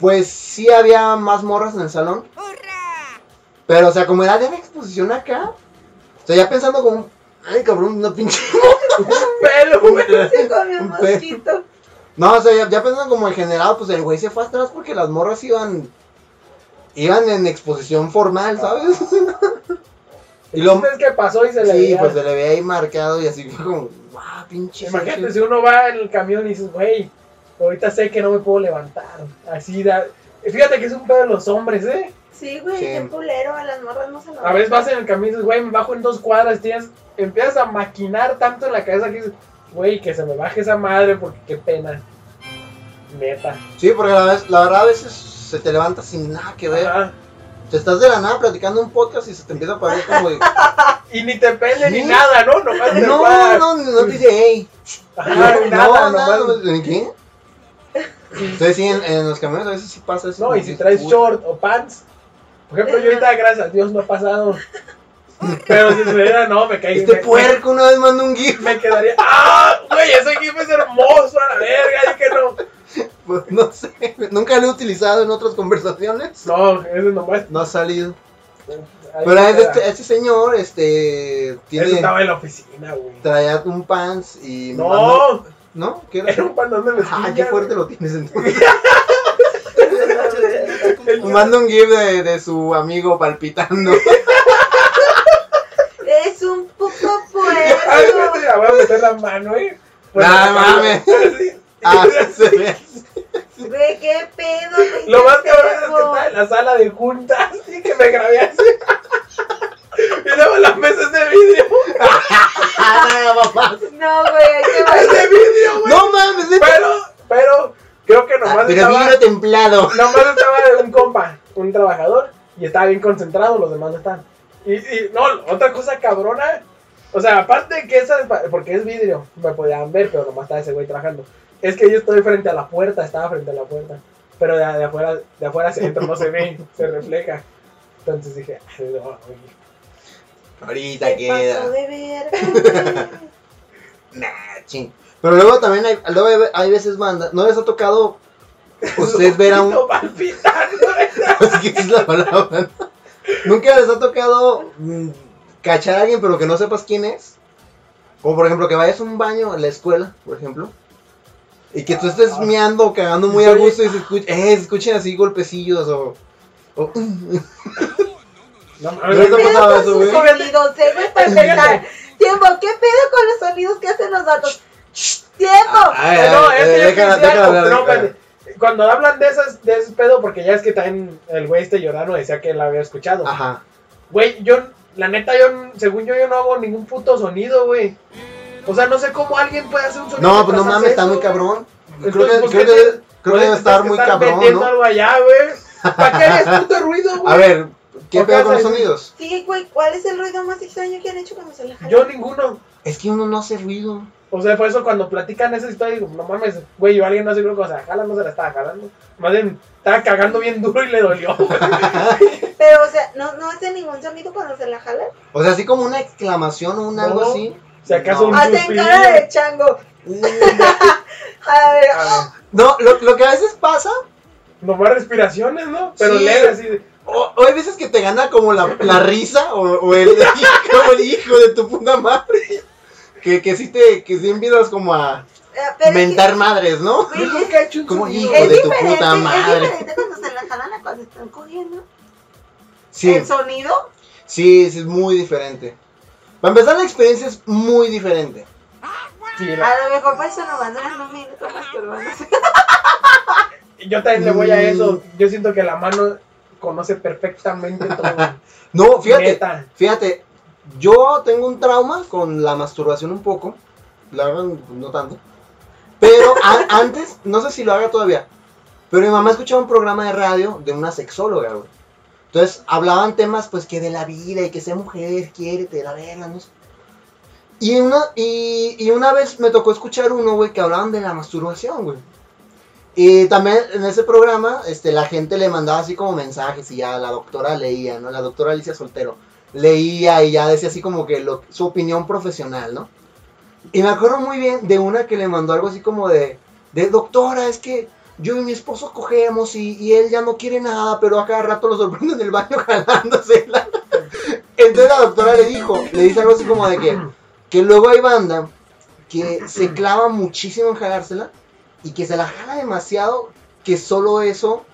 Speaker 3: pues sí había más morras en el salón,
Speaker 6: ¿eh?
Speaker 3: pero, o sea, como era de la exposición acá, o sea, ya pensando como, ay, cabrón, una pinche...
Speaker 4: Pelo, güey.
Speaker 5: Se comió un
Speaker 3: Un pe-
Speaker 5: mosquito.
Speaker 3: No, o sea, ya, ya pensando como en general, pues el güey se fue atrás porque las morras iban, iban en exposición formal, ¿sabes?
Speaker 4: Y
Speaker 3: Y
Speaker 4: lo
Speaker 3: lo-
Speaker 4: es que pasó y se le
Speaker 3: Sí,
Speaker 4: veía.
Speaker 3: pues se le veía ahí marcado y así fue como, ¡guau, pinche!
Speaker 4: Imagínate
Speaker 3: Sergio".
Speaker 4: si uno va en el camión y dices, güey, ahorita sé que no me puedo levantar. Así da. Fíjate que es un pedo de los hombres, ¿eh?
Speaker 5: Sí, güey,
Speaker 3: Sí.
Speaker 5: qué culero. A las morras no se lo
Speaker 4: A veces vas en el camión y dices, güey, me bajo en dos cuadras. Tienes, empiezas a maquinar tanto en la cabeza que dices, güey, que se me baje esa madre porque qué pena. Neta.
Speaker 3: Sí, porque la, vez- la verdad a veces se te levanta sin nada que ver.
Speaker 4: Ajá.
Speaker 3: Te estás de la nada platicando un podcast y se te empieza a parar como de,
Speaker 4: Y ni te pele ni
Speaker 3: ¿Sí?
Speaker 4: nada, ¿no? Nomás te
Speaker 3: no,
Speaker 4: paras.
Speaker 3: no, no te dice, hey.
Speaker 4: Ajá,
Speaker 3: no,
Speaker 4: nada,
Speaker 3: nada,
Speaker 4: nomás.
Speaker 3: ¿en ¿qué? Entonces sí, en, en los camiones a veces sí pasa eso.
Speaker 4: No,
Speaker 3: como
Speaker 4: y si
Speaker 3: que,
Speaker 4: traes
Speaker 3: puta.
Speaker 4: short o pants. Por ejemplo, yo ahorita, gracias a Dios, no ha pasado. Pero si se diera, no, me caí.
Speaker 3: Este
Speaker 4: me-
Speaker 3: puerco una vez mandó un gif.
Speaker 4: Me quedaría. ¡Ah! Güey, ese equipo es hermoso, a la verga. Dije, no.
Speaker 3: Pues no sé, nunca lo he utilizado en otras conversaciones.
Speaker 4: No, ese nomás.
Speaker 3: No ha salido. Pero este, este señor, este,
Speaker 4: Eso
Speaker 3: tiene,
Speaker 4: estaba en la oficina, güey.
Speaker 3: traía un pants y...
Speaker 4: No,
Speaker 3: ¿No? ¿Qué
Speaker 4: era
Speaker 3: era?
Speaker 4: un panón de mezclilla.
Speaker 3: Ah, qué fuerte lo tienes entonces.
Speaker 4: El-
Speaker 3: Manda un gif de, de su amigo palpitando.
Speaker 5: Es un poco
Speaker 4: Ay, güey,
Speaker 5: puerco.
Speaker 4: voy a meter la mano, eh. Bueno,
Speaker 3: Nah,
Speaker 4: la-
Speaker 3: mames.
Speaker 4: Así.
Speaker 3: Ah, se ve.
Speaker 5: Güey, qué pedo. güey,
Speaker 4: Lo más
Speaker 5: qué
Speaker 4: cabrón es que
Speaker 5: pedo.
Speaker 4: estaba en la sala de juntas y que me grabé así. Y luego las mesas de vidrio.
Speaker 3: Ah, mamá.
Speaker 5: No, güey, hay que
Speaker 4: ¡Es de
Speaker 5: bailar.
Speaker 4: vidrio, güey!
Speaker 3: No mames, neta.
Speaker 4: Pero, pero, creo que
Speaker 3: Ah,
Speaker 4: nomás
Speaker 3: Pero
Speaker 4: estaba.
Speaker 3: vino templado.
Speaker 4: Nomás estaba un compa, un trabajador, y estaba bien concentrado, los demás no están. Y, y no, otra cosa cabrona. O sea, aparte de que esa, es pa- porque es vidrio, me podían ver, pero nomás estaba ese güey trabajando. Es que yo estoy frente a la puerta, estaba frente a la puerta. Pero de, de afuera, de afuera hacia adentro no se ve, se refleja. Entonces dije, "Ay, no, güey".
Speaker 3: Ahorita
Speaker 5: Se pasó
Speaker 3: queda.
Speaker 5: de verga, güey.
Speaker 3: Nah, ching. Pero luego también hay, luego hay, hay veces manda. ¿No les ha tocado ustedes ver a un.
Speaker 4: Pito palpitando, güey.
Speaker 3: Es que esa es la palabra. Nunca les ha tocado mm, cachar a alguien, pero que no sepas quién es. Como por ejemplo, que vayas a un baño en la escuela, por ejemplo. Y que tú estés
Speaker 4: Ah.
Speaker 3: meando o cagando muy a
Speaker 4: Oye.
Speaker 3: gusto y se escuch- eh, se escuchen así golpecillos o. o-
Speaker 4: No
Speaker 3: ¿No les ha
Speaker 5: ¿Qué
Speaker 4: mames.
Speaker 3: pasado
Speaker 5: pedo
Speaker 3: eso,
Speaker 5: con
Speaker 3: güey?
Speaker 5: sus sonidos? ¿eh? Tiempo para empezar. Tiempo, ¿qué pedo con los sonidos que hacen los datos? Tiempo.
Speaker 3: Ay, ay,
Speaker 4: Eh, No,
Speaker 3: ay,
Speaker 4: es que
Speaker 3: déjala-
Speaker 4: yo quisiera-
Speaker 3: déjala hablar,
Speaker 4: no,
Speaker 3: déjala.
Speaker 4: espérate. Cuando hablan de esas, de ese pedo, porque ya es que también el güey este Llorano decía que la había escuchado.
Speaker 3: Ajá.
Speaker 4: Güey, yo, la neta, yo, según yo, yo no hago ningún puto sonido, güey. O sea, no sé cómo alguien puede hacer un sonido.
Speaker 3: No,
Speaker 4: que
Speaker 3: pues no
Speaker 4: tras
Speaker 3: mames, está
Speaker 4: hacer
Speaker 3: muy
Speaker 4: eso, güey.
Speaker 3: cabrón. Creo
Speaker 4: Entonces,
Speaker 3: que,
Speaker 4: ¿por
Speaker 3: creo
Speaker 4: qué
Speaker 3: que-
Speaker 4: te-
Speaker 3: creo que debe estar muy cabrón,
Speaker 4: metiendo
Speaker 3: ¿no?
Speaker 4: algo allá, güey. ¿Para qué harías puto ruido, güey?
Speaker 3: A ver, ¿qué
Speaker 4: ¿Por qué
Speaker 3: pedo con los
Speaker 4: haces-
Speaker 3: sonidos?
Speaker 5: Sí, güey, ¿cuál es el ruido más extraño que han hecho cuando se la jalan?
Speaker 4: Yo ninguno.
Speaker 3: Es que uno no hace ruido.
Speaker 4: O sea, por eso cuando platican esa historia, digo, no mames, güey, yo a alguien no sé creo que se la jala, no se la estaba jalando. Más bien, estaba cagando bien duro y le dolió, güey.
Speaker 5: Pero, o sea, ¿no, no hace ningún sonido cuando se la jalan?
Speaker 3: O sea, así como una exclamación o un
Speaker 4: No.
Speaker 3: algo así.
Speaker 4: Si acaso
Speaker 3: No.
Speaker 4: un
Speaker 5: Hacen
Speaker 4: suspiro.
Speaker 5: cara de chango. A ver, oh,
Speaker 4: A ver,
Speaker 3: No, lo, lo que a veces pasa
Speaker 4: ah, Nomás respiraciones, ¿no? Pero
Speaker 3: Sí.
Speaker 4: leve, así de,
Speaker 3: O, o hay veces que te gana como la, la risa o, o el, como el hijo de tu puta madre. Que, que sí te que sí empiezas como a
Speaker 5: eh, pero es que-
Speaker 3: mentar madres, ¿no?
Speaker 4: Yo nunca he hecho un
Speaker 3: Como
Speaker 4: sonido.
Speaker 3: hijo
Speaker 5: Es
Speaker 3: de tu
Speaker 5: diferente,
Speaker 3: puta madre.
Speaker 5: es diferente cuando se la jalan a cuando están cogiendo.
Speaker 3: Sí,
Speaker 5: El sonido,
Speaker 3: sí, sí, es muy diferente. Para empezar, la experiencia es muy diferente.
Speaker 4: Sí, la-
Speaker 5: a lo mejor por eso nomás duran un minuto masturbándose.
Speaker 4: Yo también le voy a
Speaker 3: Mm.
Speaker 4: eso. Yo siento que la mano conoce perfectamente todo.
Speaker 3: No, fíjate,
Speaker 4: Neta.
Speaker 3: fíjate, yo tengo un trauma con la masturbación un poco. La verdad, no tanto. Pero a- antes, no sé si lo haga todavía, pero mi mamá escuchaba un programa de radio de una sexóloga, güey. Entonces hablaban temas, pues, que de la vida y que sea mujer, quiérete, la verga, no sé. Y una, y, y una vez me tocó escuchar uno, güey, que hablaban de la masturbación, güey. Y también en ese programa, este, la gente le mandaba así como mensajes y ya la doctora leía, ¿no? La doctora Alicia Soltero leía y ya decía así como que lo- su opinión profesional, ¿no? Y me acuerdo muy bien de una que le mandó algo así como de, de doctora, es que yo y mi esposo cogemos y, y él ya no quiere nada, pero a cada rato lo sorprende en el baño jalándose. la-". Entonces la doctora le dijo, le dice algo así como de que, que luego hay banda que se clava muchísimo en jalársela y que se la jala demasiado, que solo eso,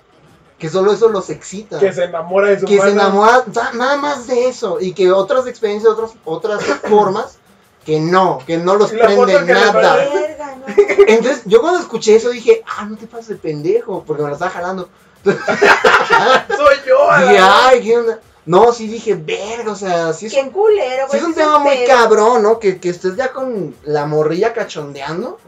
Speaker 3: que solo eso los excita
Speaker 4: Que se enamora de su
Speaker 3: que se
Speaker 4: mano.
Speaker 3: enamora da- nada más de eso y que otras experiencias, otras otras formas que no, que no los
Speaker 4: Y la foto
Speaker 3: prende
Speaker 4: que le
Speaker 3: nada.
Speaker 4: mandé.
Speaker 5: Verga, no.
Speaker 3: Entonces, yo cuando escuché eso dije, ah, no te pases de pendejo, porque me la estaba jalando.
Speaker 4: Soy yo, a la-
Speaker 3: Dije, ay, ¿qué onda? No, sí dije, verga, o sea, sí es,
Speaker 5: Qué culero,
Speaker 3: sí
Speaker 5: güey.
Speaker 3: es un
Speaker 5: qué
Speaker 3: tema muy
Speaker 5: pedo.
Speaker 3: cabrón, ¿no? Que, que estés ya con la morrilla cachondeando.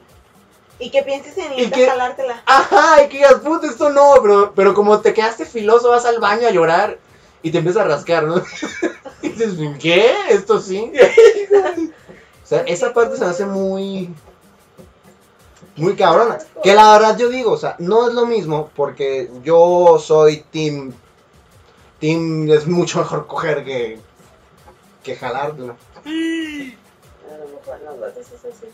Speaker 5: Y que pienses en
Speaker 3: Y
Speaker 5: ir
Speaker 3: que-
Speaker 5: a jalártela.
Speaker 3: Ajá, y que digas, puta, esto no, pero, pero como te quedaste filoso, vas al baño a llorar y te empiezas a rascar, ¿no? y dices, ¿qué? ¿Esto sí? O sea, esa parte se me hace muy. Muy cabrona. Que la verdad yo digo, o sea, no es lo mismo porque yo soy team. Team es mucho mejor coger que. que jalarlo.
Speaker 5: A lo mejor no, güey, eso es así.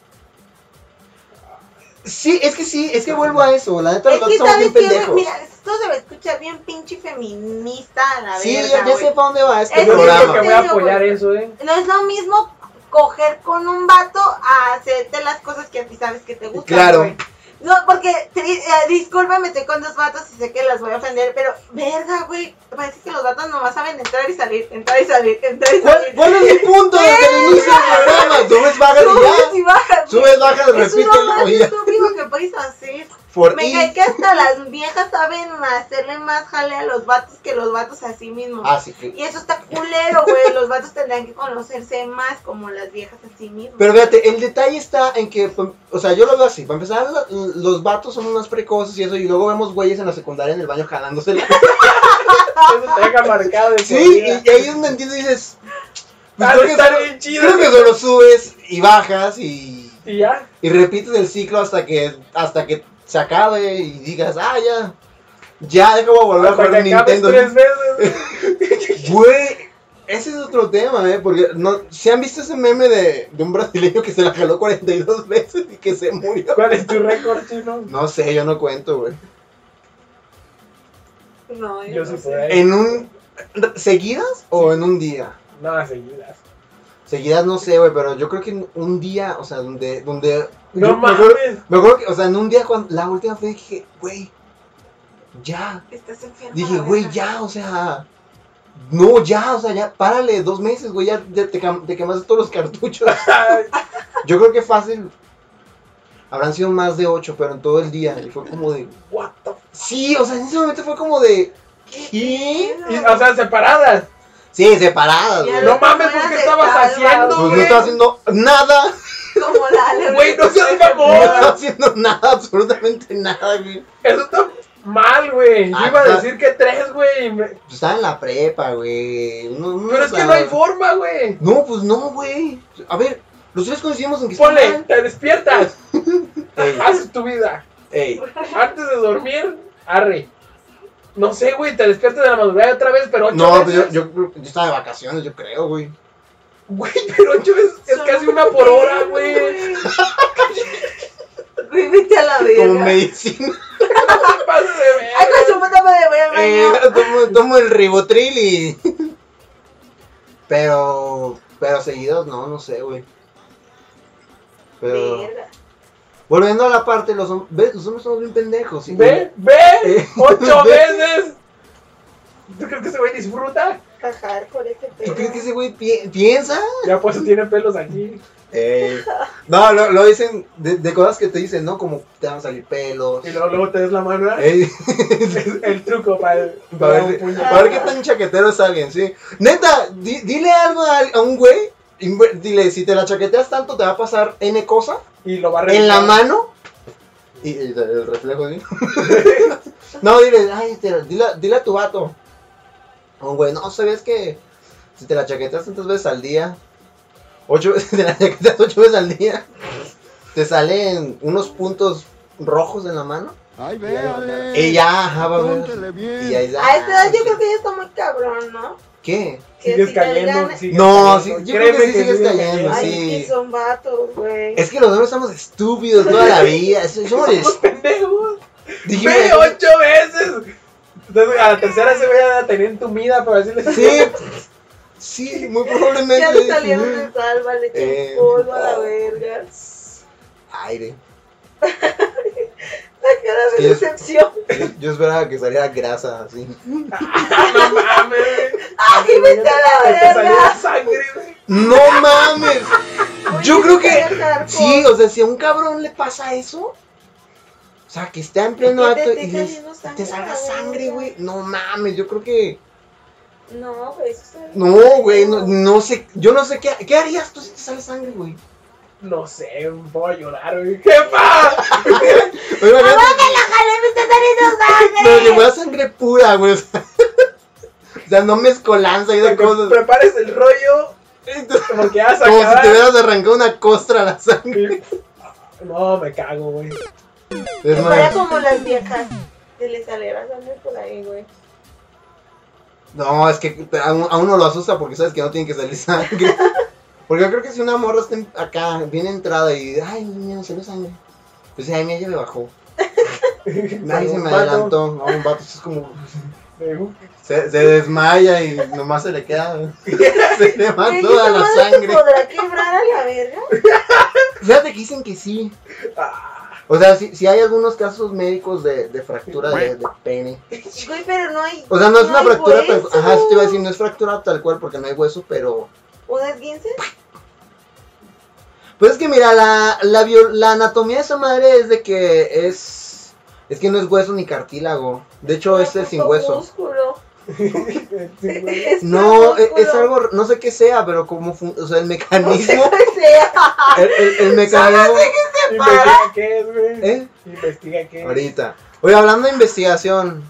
Speaker 3: Sí, es que sí, es que vuelvo a eso. La neta,
Speaker 5: Es
Speaker 3: nosotros
Speaker 5: que
Speaker 3: somos bien
Speaker 5: sabes que,
Speaker 3: pendejos.
Speaker 5: mira, esto se va a escuchar bien pinche feminista a la
Speaker 3: sí,
Speaker 5: verga,
Speaker 3: ya, ya
Speaker 5: güey.
Speaker 3: sé para dónde va este
Speaker 5: Es
Speaker 4: Yo creo que
Speaker 3: programa.
Speaker 4: voy a apoyar eso, ¿eh?
Speaker 5: No es lo mismo coger con un vato a hacerte las cosas que a ti sabes que te gustan.
Speaker 3: Claro.
Speaker 5: güey. No, porque, tri- eh, discúlpame, estoy con dos vatos y sé que las voy a ofender, pero, verga, güey, parece que los vatos nomás saben entrar y salir, entrar y salir, entrar y
Speaker 3: ¿Cuál,
Speaker 5: salir.
Speaker 3: cuál es mi punto desde el inicio del programa? Subes, bajas y
Speaker 5: Subes
Speaker 3: ya.
Speaker 5: y bajas.
Speaker 3: Subes, bajas,
Speaker 5: Es lo
Speaker 3: repítelo
Speaker 5: más
Speaker 3: y ya.
Speaker 5: estúpido que puedes hacer.
Speaker 3: Por
Speaker 5: Me
Speaker 3: y-
Speaker 5: cae que hasta las viejas saben hacerle más jale a los vatos que los vatos a sí mismos.
Speaker 3: Así Ah, que.
Speaker 5: Y eso está culero, güey. Los vatos tendrán que conocerse más como las viejas a sí mismas.
Speaker 3: Pero fíjate, el detalle está en que, pues, o sea, yo lo veo así. Para empezar, lo- los vatos son más precoces y eso, y luego vemos güeyes en la secundaria en el baño jalándosela.
Speaker 4: Eso te deja marcado de por
Speaker 3: Sí,
Speaker 4: vida.
Speaker 3: y, y ahí es donde entiendo y dices. pues,
Speaker 4: Ah,
Speaker 3: creo, que
Speaker 4: está
Speaker 3: solo,
Speaker 4: bien chido.
Speaker 3: creo que solo subes y bajas y,
Speaker 4: Y ya.
Speaker 3: y repites el ciclo hasta que hasta que se acabe y digas, ah, ya. Ya, deja voy a volver a
Speaker 4: Hasta
Speaker 3: jugar
Speaker 4: que
Speaker 3: un
Speaker 4: acabes
Speaker 3: Nintendo.
Speaker 4: tres veces. ¿eh?
Speaker 3: Güey, ese es otro tema, ¿eh? Porque no, ¿se han visto ese meme de, de un brasileño que se la jaló 42 veces y que se murió?
Speaker 4: ¿Cuál es tu récord, chino?
Speaker 3: No sé, yo no cuento, güey.
Speaker 5: No, yo,
Speaker 4: Yo
Speaker 5: no
Speaker 4: sí
Speaker 5: sé.
Speaker 4: por ahí.
Speaker 3: ¿En un. ¿Seguidas o en un día?
Speaker 4: No, seguidas.
Speaker 3: Seguidas no sé, güey, pero yo creo que en un día, o sea, donde... donde
Speaker 4: No
Speaker 3: yo me
Speaker 4: mames.
Speaker 3: acuerdo- Me acuerdo que, o sea, en un día, cuando, la última vez dije, güey, ya.
Speaker 5: Estás enferma.
Speaker 3: Dije,
Speaker 5: la
Speaker 3: güey,
Speaker 5: verga.
Speaker 3: ya, o sea... No, ya, o sea, ya, párale, dos meses, güey, ya, ya te, cam- te quemaste todos los cartuchos.
Speaker 4: Ay,
Speaker 3: Yo creo que fácil. Habrán sido más de ocho, pero en todo el día. Y fue como de...
Speaker 4: what the f-
Speaker 3: Sí, o sea, en ese momento fue como de... ¿Qué?
Speaker 4: Y, o sea, separadas.
Speaker 3: Sí, separadas,
Speaker 5: Ya
Speaker 3: güey.
Speaker 4: No mames, ¿tú
Speaker 5: Fuera
Speaker 4: qué
Speaker 5: de
Speaker 4: estabas
Speaker 5: calma,
Speaker 4: haciendo,
Speaker 3: Pues no
Speaker 4: güey?
Speaker 3: estaba haciendo nada.
Speaker 5: Como la alerta.
Speaker 4: Güey, no seas
Speaker 3: No estaba
Speaker 4: mamón.
Speaker 3: haciendo nada, absolutamente nada, güey.
Speaker 4: Eso está mal, güey. Yo
Speaker 3: Ah,
Speaker 4: iba a
Speaker 3: está-
Speaker 4: decir que tres, güey. Me-
Speaker 3: Pues estaba en la prepa, güey. No, no
Speaker 4: Pero es que
Speaker 3: sabe.
Speaker 4: no hay forma, güey.
Speaker 3: No, pues no, güey. A ver, los tres coincidimos en que está
Speaker 4: Ponle,
Speaker 3: mal.
Speaker 4: te despiertas.
Speaker 3: Ey,
Speaker 4: Haces tu vida.
Speaker 3: ey.
Speaker 4: Antes de dormir, arre. No sé, güey, te despiertas de la madrugada otra vez, pero ocho
Speaker 3: No, pues
Speaker 4: veces.
Speaker 3: yo, yo, yo estaba de vacaciones, yo creo, güey.
Speaker 4: Güey, pero ocho veces es
Speaker 5: Son
Speaker 4: casi
Speaker 5: un
Speaker 4: una por hora,
Speaker 5: pedo,
Speaker 4: güey.
Speaker 5: Güey, vete a la verga.
Speaker 3: Como medicina.
Speaker 4: No te pases de verga.
Speaker 5: Ay, con su puta madre, voy a
Speaker 3: Eh,
Speaker 5: bañar.
Speaker 3: tomo, tomo el ribotril y. Pero. Pero seguidos, no, no sé, güey. Pero.
Speaker 5: Verga.
Speaker 3: Volviendo a la parte, los, hom- ¿ves? los hombres somos bien pendejos. ¿sí?
Speaker 4: Ve, ve,
Speaker 3: Eh,
Speaker 4: ocho
Speaker 3: ve.
Speaker 4: veces. ¿Tú crees que ese güey disfruta?
Speaker 5: Cajar por ese
Speaker 3: ¿Tú
Speaker 5: pedo.
Speaker 3: crees que ese güey pi- piensa?
Speaker 4: Ya por eso tiene pelos aquí.
Speaker 3: Ey. No, lo, lo dicen de, de cosas que te dicen, ¿no? Como te van a salir pelos.
Speaker 4: Y luego, luego te des la mano. ¿eh?
Speaker 3: Ey.
Speaker 4: Es el truco para,
Speaker 3: para,
Speaker 4: para un
Speaker 3: ver, si-
Speaker 4: puño.
Speaker 3: para ver qué tan chaquetero es alguien, sí. Neta, di- dile algo a, al- a un güey. y mu- Dile, si te la chaqueteas tanto, te va a pasar N cosa
Speaker 4: Y lo va a
Speaker 3: en la
Speaker 4: revisar.
Speaker 3: mano. Y, y el- el reflejo, sí. no, dile, ay, te- dile, dile a tu vato. O güey, no, sabes que si te la chaqueteas tantas veces al día, ocho veces, te la chaqueteas ocho veces al día, te salen unos puntos rojos en la mano.
Speaker 8: Ay, véale.
Speaker 3: Y ya, ajá, va a ver.
Speaker 8: Pregúntele bien.
Speaker 3: Y ahí ya.
Speaker 5: A esta edad yo creo que ya está muy cabrón, ¿no?
Speaker 3: ¿Qué?
Speaker 5: Que
Speaker 4: Sigues
Speaker 5: si te
Speaker 4: cayendo.
Speaker 5: digan,
Speaker 4: sigues
Speaker 3: No,
Speaker 4: cayendo.
Speaker 3: sí, yo creo que sí sigues
Speaker 4: sigues
Speaker 3: cayendo,
Speaker 5: Ay,
Speaker 3: sí.
Speaker 5: que son vatos, güey.
Speaker 3: Es que los hombres somos estúpidos toda la vida. Somos
Speaker 4: Somos pendejos.
Speaker 3: dijimos-
Speaker 4: Ve ocho veces. Entonces, a la tercera se voy a tener entumida, pero así le
Speaker 3: Sí, sí, muy
Speaker 5: Ya
Speaker 3: probablemente.
Speaker 5: le salieron de salva, le
Speaker 3: Eh.
Speaker 5: eché un polvo a la verga.
Speaker 3: Aire.
Speaker 5: La cara de
Speaker 3: Sí, es-
Speaker 5: decepción.
Speaker 3: Yo, yo esperaba que saliera grasa así.
Speaker 4: No mames.
Speaker 5: ¡Ay, vete a la
Speaker 4: Te salió
Speaker 5: verga!
Speaker 4: sangre, güey.
Speaker 3: ¡No mames! Yo
Speaker 5: Oye,
Speaker 3: creo
Speaker 5: ¿qué tal,
Speaker 3: que.
Speaker 5: Carlos?
Speaker 3: Sí, o sea, si a un cabrón le pasa eso. O sea, que está en pleno
Speaker 5: Que te
Speaker 3: acto
Speaker 5: esté
Speaker 3: y les-
Speaker 5: saliendo sangre
Speaker 3: te
Speaker 5: a
Speaker 3: salga
Speaker 5: la
Speaker 3: sangre,
Speaker 5: verga.
Speaker 3: güey. No mames, yo creo que.
Speaker 5: No, güey, eso está bien.
Speaker 3: No, güey, no, no sé. Yo no sé qué, qué harías tú si te sale sangre, güey.
Speaker 4: No sé, voy a llorar, güey. ¡Jefa!
Speaker 3: Oye,
Speaker 5: ¡Mamá,
Speaker 3: imagínate-
Speaker 5: me la jalé, me está saliendo
Speaker 3: Pero
Speaker 5: sangre!
Speaker 3: llegó a sangre pura, güey. O sea, o sea, no mezcolanza y esas
Speaker 4: Cuando
Speaker 3: cosas.
Speaker 4: prepares el rollo,
Speaker 3: Entonces,
Speaker 4: como que vas a
Speaker 3: Como si
Speaker 4: acabar.
Speaker 3: te hubieras arrancado una costra a la sangre.
Speaker 4: No, me cago, güey.
Speaker 3: Es
Speaker 5: Que fuera
Speaker 3: más,
Speaker 5: como las viejas. Que le saliera sangre por ahí, güey.
Speaker 3: no, es que a un- a uno lo asusta porque sabes que no tiene que salir sangre. Porque yo creo que si una morra está en- acá, bien entrada y. Ay, mira, salió sangre. Pues ay, mira, ya me bajó. Nadie se me adelantó. No, un vato es como. Se, se desmaya y nomás se le queda. Se le va
Speaker 5: Güey,
Speaker 3: Ah, toda
Speaker 5: ¿esa
Speaker 3: la
Speaker 5: madre se
Speaker 3: sangre.
Speaker 5: podrá quebrar a la verga?
Speaker 3: Fíjate que dicen que sí. O sea, sí, sí hay algunos casos médicos de, de fractura de, de pene.
Speaker 5: Güey, pero no hay.
Speaker 3: O sea, no es una
Speaker 5: hay
Speaker 3: fractura tal
Speaker 5: hueso.
Speaker 3: Ajá, sí te iba a decir, no es fractura tal cual porque no hay hueso, pero.
Speaker 5: ¿Un esguince?
Speaker 3: Pues es que mira, la, la, bio- la anatomía de esa madre es de que es. Es que no es hueso ni cartílago. De hecho, es el este sin
Speaker 5: Puto
Speaker 3: hueso.
Speaker 5: pues músculo. Es
Speaker 3: No, e-,
Speaker 5: puro
Speaker 3: es, es
Speaker 5: músculo.
Speaker 3: algo, no sé qué sea, pero como, fun- o sea, el
Speaker 5: No sé
Speaker 3: mecanismo,
Speaker 5: cuál sea.
Speaker 3: el, el- el mecanismo,
Speaker 4: Investiga qué es, güey.
Speaker 3: ¿eh?
Speaker 4: Investiga qué es.
Speaker 3: Ahorita. Oye, hablando de investigación,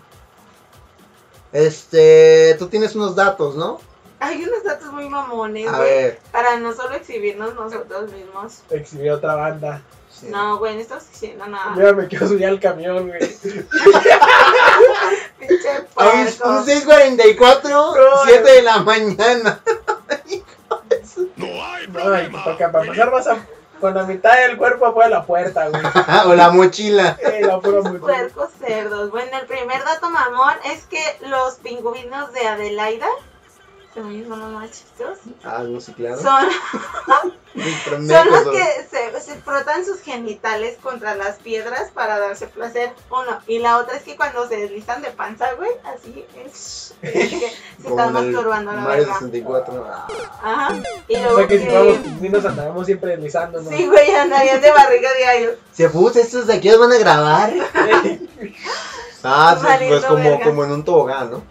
Speaker 3: este, tú tienes unos datos, ¿no?
Speaker 5: Hay unos datos muy mamones,
Speaker 3: A
Speaker 5: güey,
Speaker 3: ver.
Speaker 5: Para no solo exhibirnos nosotros mismos.
Speaker 4: Exhibió otra banda.
Speaker 3: Sí.
Speaker 5: No, güey, no estamos diciendo nada.
Speaker 4: Yo me quiero subir al camión, güey.
Speaker 5: Pinche
Speaker 3: Ahí es
Speaker 5: puerco.
Speaker 3: un 644,
Speaker 4: Bro.
Speaker 3: 7 de la mañana.
Speaker 7: No hay
Speaker 4: No, y
Speaker 7: problema.
Speaker 4: para, para pasar más a- con la mitad del cuerpo afuera de la puerta, güey.
Speaker 3: o la mochila.
Speaker 4: Eh, la pura muy
Speaker 5: Puercos cerdos. Bueno, el primer dato mamón es que los pingüinos de Adelaida, según yo son los más chistosos,
Speaker 3: Ah, no sé, claro.
Speaker 5: son, son
Speaker 3: Son
Speaker 5: los que se, se frotan sus genitales contra las piedras para darse placer. Uno. Y la otra es que cuando se deslizan de panza, güey, así es. es que se
Speaker 3: Como
Speaker 5: están
Speaker 3: en el
Speaker 5: masturbando, la
Speaker 3: Mario
Speaker 5: verdad.
Speaker 3: 64. Ah,
Speaker 5: Ajá. Y
Speaker 4: O
Speaker 5: luego
Speaker 4: sea que si fuéramos
Speaker 5: que...
Speaker 4: pingüinos andábamos siempre deslizándonos.
Speaker 5: Sí, güey, andarían de barriga de gallo.
Speaker 3: Se puso, estos de aquí los van a grabar. Ah, pues, pues
Speaker 5: Valiendo
Speaker 3: como,
Speaker 5: verga.
Speaker 3: como en un tobogán, ¿no?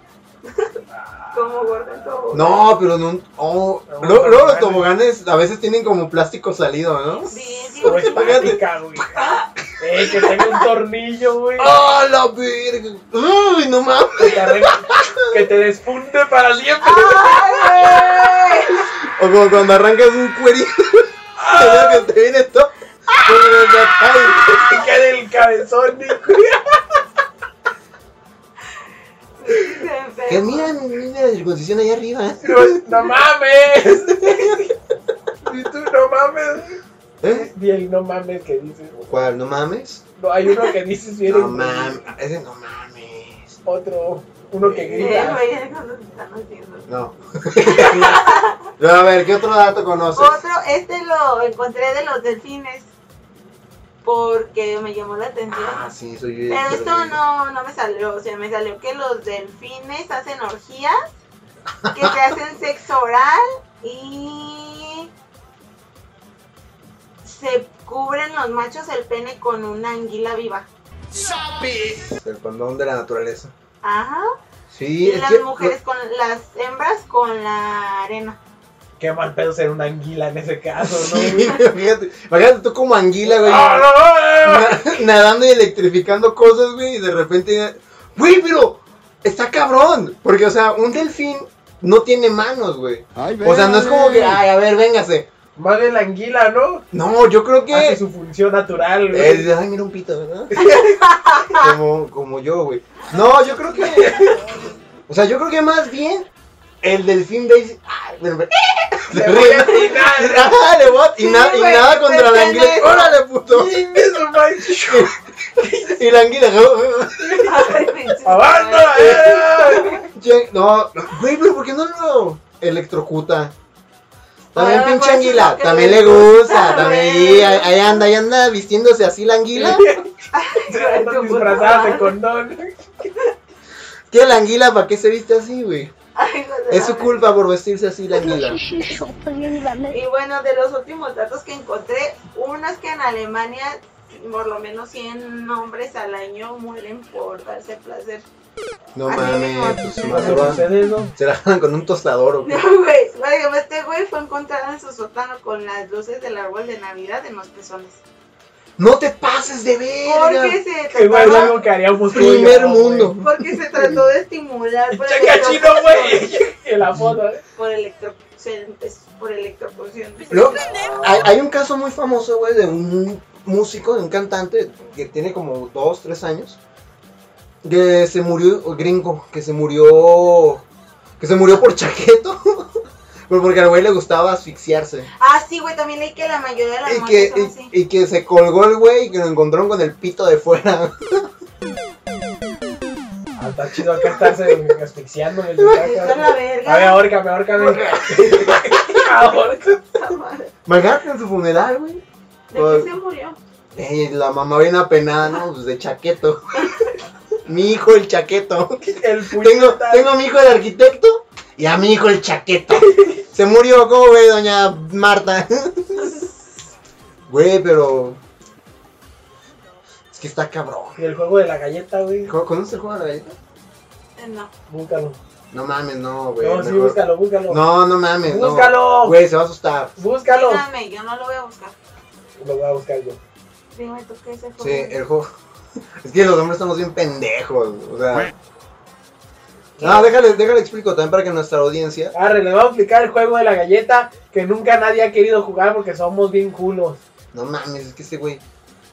Speaker 5: Como gordo en todo.
Speaker 3: No, pero en un. Oh,
Speaker 4: Pero
Speaker 3: luego,
Speaker 4: un
Speaker 3: luego los
Speaker 4: tobogán.
Speaker 3: toboganes a veces tienen como plástico salido, ¿no?
Speaker 5: Sí, sí,
Speaker 4: Como
Speaker 5: güey.
Speaker 4: es práctica, güey. Eh, que tenga un tornillo, güey.
Speaker 3: ¡Ah, la verga! ¡Uy, no mames!
Speaker 4: Que te, arregle- que te despunte para siempre.
Speaker 5: ¡Ay, güey!
Speaker 3: O como cuando arrancas un cuerito. que veo que te viene todo. Como en la calle.
Speaker 4: Que quede el cabezón, hijo.
Speaker 3: Que miran, miren la circuncisión ahí arriba.
Speaker 4: No mames. Y tú no mames.
Speaker 3: ¿Eh?
Speaker 4: Y el no mames que dices.
Speaker 3: ¿Cuál? ¿No mames?
Speaker 4: No, hay uno que dices bien.
Speaker 3: No
Speaker 4: en-
Speaker 3: mames. Ese no mames.
Speaker 4: Otro. Uno que
Speaker 5: Sí, güey,
Speaker 4: grita.
Speaker 5: es cuando se están haciendo.
Speaker 3: No. Pero a ver, ¿qué otro dato conoces?
Speaker 5: Otro, este lo encontré de los delfines porque me llamó la atención.
Speaker 3: Ah, sí, soy yo.
Speaker 5: Pero esto
Speaker 3: yo-
Speaker 5: no, no me salió, o sea, me salió que los delfines hacen orgías, que se hacen sexo oral y se cubren los machos el pene con una anguila viva.
Speaker 3: El condón de la naturaleza.
Speaker 5: Ajá.
Speaker 3: Sí,
Speaker 5: Y,
Speaker 3: es
Speaker 5: las
Speaker 3: que-
Speaker 5: mujeres con las hembras con la arena.
Speaker 4: Qué mal pedo ser una anguila en ese caso, ¿no?
Speaker 3: Sí, fíjate. Imagínate tú como anguila, güey.
Speaker 4: ¡Ah, no, no, no!
Speaker 3: na- nadando y electrificando cosas, güey. Y de repente. Güey, pero. Está cabrón. Porque, o sea, un delfín no tiene manos, güey. O sea, no es como que. Ay, a ver, véngase.
Speaker 4: Más de la anguila, ¿no?
Speaker 3: No, yo creo que.
Speaker 4: Hace su función natural, güey.
Speaker 3: Es de, ay, mira un pito, ¿verdad? como, como yo, güey. No, yo creo que. O sea, yo creo que más bien. El delfín ve. Ay, pero-
Speaker 4: Le voy a tirar.
Speaker 3: Ajá, le voy a- y,
Speaker 5: Sí,
Speaker 3: na- y
Speaker 5: güey,
Speaker 3: nada contra la
Speaker 5: pendejo.
Speaker 3: anguila. ¡Órale, puto!
Speaker 4: Chingue su madre.
Speaker 3: Y la anguila.
Speaker 5: Ay, pinches
Speaker 4: ¡Avanza! eh!
Speaker 3: Che, No, güey, pero ¿por qué no lo electrocuta? También
Speaker 5: Ah,
Speaker 3: pinche
Speaker 5: pues, es
Speaker 3: anguila,
Speaker 5: lo que
Speaker 3: también
Speaker 5: le
Speaker 3: le gusta,
Speaker 5: gusta,
Speaker 3: también
Speaker 5: güey.
Speaker 3: ahí, ahí anda, ahí anda vistiéndose así la anguila.
Speaker 4: Se
Speaker 5: tu puta
Speaker 4: disfrazadas de
Speaker 5: madre.
Speaker 4: condón.
Speaker 3: ¿Qué la anguila para qué se viste así, güey?
Speaker 5: Ay, hijos de
Speaker 3: Es
Speaker 5: la
Speaker 3: su
Speaker 5: verga.
Speaker 3: culpa por vestirse así la anguila.
Speaker 5: Y bueno, de los últimos datos que encontré, uno es que en Alemania por lo menos 100 hombres al año mueren por darse placer.
Speaker 3: No
Speaker 5: Así
Speaker 3: mames,
Speaker 5: mismo.
Speaker 3: pues se
Speaker 4: ¿Qué
Speaker 3: masturban.
Speaker 4: sucede eso?
Speaker 3: Se la jalan con un tostador, güey.
Speaker 5: No, güey. Bueno, este güey fue encontrado en su sótano con las luces del árbol de Navidad en los pezones.
Speaker 3: No te pases de verga.
Speaker 5: Porque se
Speaker 4: Que güey,
Speaker 5: trataba-
Speaker 4: algo que haríamos tú y yo,
Speaker 3: Primer
Speaker 4: güey.
Speaker 3: mundo.
Speaker 5: porque se trató de estimular por,
Speaker 4: Checa
Speaker 5: electro-
Speaker 4: chino, güey. Y la foto, ¿eh?
Speaker 5: por, electro, por electrocución.
Speaker 3: No, hay, hay un caso muy famoso, güey, de un músico, de un cantante que tiene como dos, tres años, que se murió, gringo, que se murió, que se murió por chaqueto, Pero porque al güey le gustaba asfixiarse.
Speaker 5: Ah, sí, güey, también leí que la mayoría de las
Speaker 3: Y
Speaker 5: muertes
Speaker 3: que,
Speaker 5: son
Speaker 3: y-
Speaker 5: así.
Speaker 3: y que se colgó el güey y que lo encontraron con el pito de fuera.
Speaker 4: Ah, está chido acá estarse asfixiando. güey.
Speaker 5: Está la verga.
Speaker 4: A ver, ahórcame, ahórcame. Ahórcame.
Speaker 5: Puta madre.
Speaker 3: Imagínate en su funeral, güey.
Speaker 5: ¿De qué se murió?
Speaker 3: Ey, la mamá bien apenada, ¿no? Pues de chaqueto. mi hijo el chaqueto.
Speaker 4: El puño
Speaker 3: Tengo,
Speaker 4: está-
Speaker 3: tengo a mi hijo el arquitecto y a mi hijo el chaqueto. Se murió, ¿cómo ve, doña Marta? Güey, pero. Es que está cabrón.
Speaker 4: Y el juego de la galleta, güey.
Speaker 3: ¿Co- ¿Conoces el juego de la galleta?
Speaker 5: Eh, No.
Speaker 4: Búscalo.
Speaker 3: No mames, no, güey.
Speaker 4: No, sí,
Speaker 3: mejor.
Speaker 4: búscalo, búscalo.
Speaker 3: No, no mames. no.
Speaker 4: Búscalo.
Speaker 3: Güey, se va a asustar.
Speaker 4: Búscalo.
Speaker 5: Díganme, yo no lo voy a buscar.
Speaker 4: Lo voy a buscar yo.
Speaker 5: Dime tú qué se
Speaker 3: Sí,
Speaker 5: fue.
Speaker 3: el juego. Es que los hombres estamos bien pendejos. O sea. No, déjale, déjale explico también para que nuestra audiencia.
Speaker 4: Arre, le voy a explicar el juego de la galleta que nunca nadie ha querido jugar porque somos bien culos.
Speaker 3: No mames, es que este güey.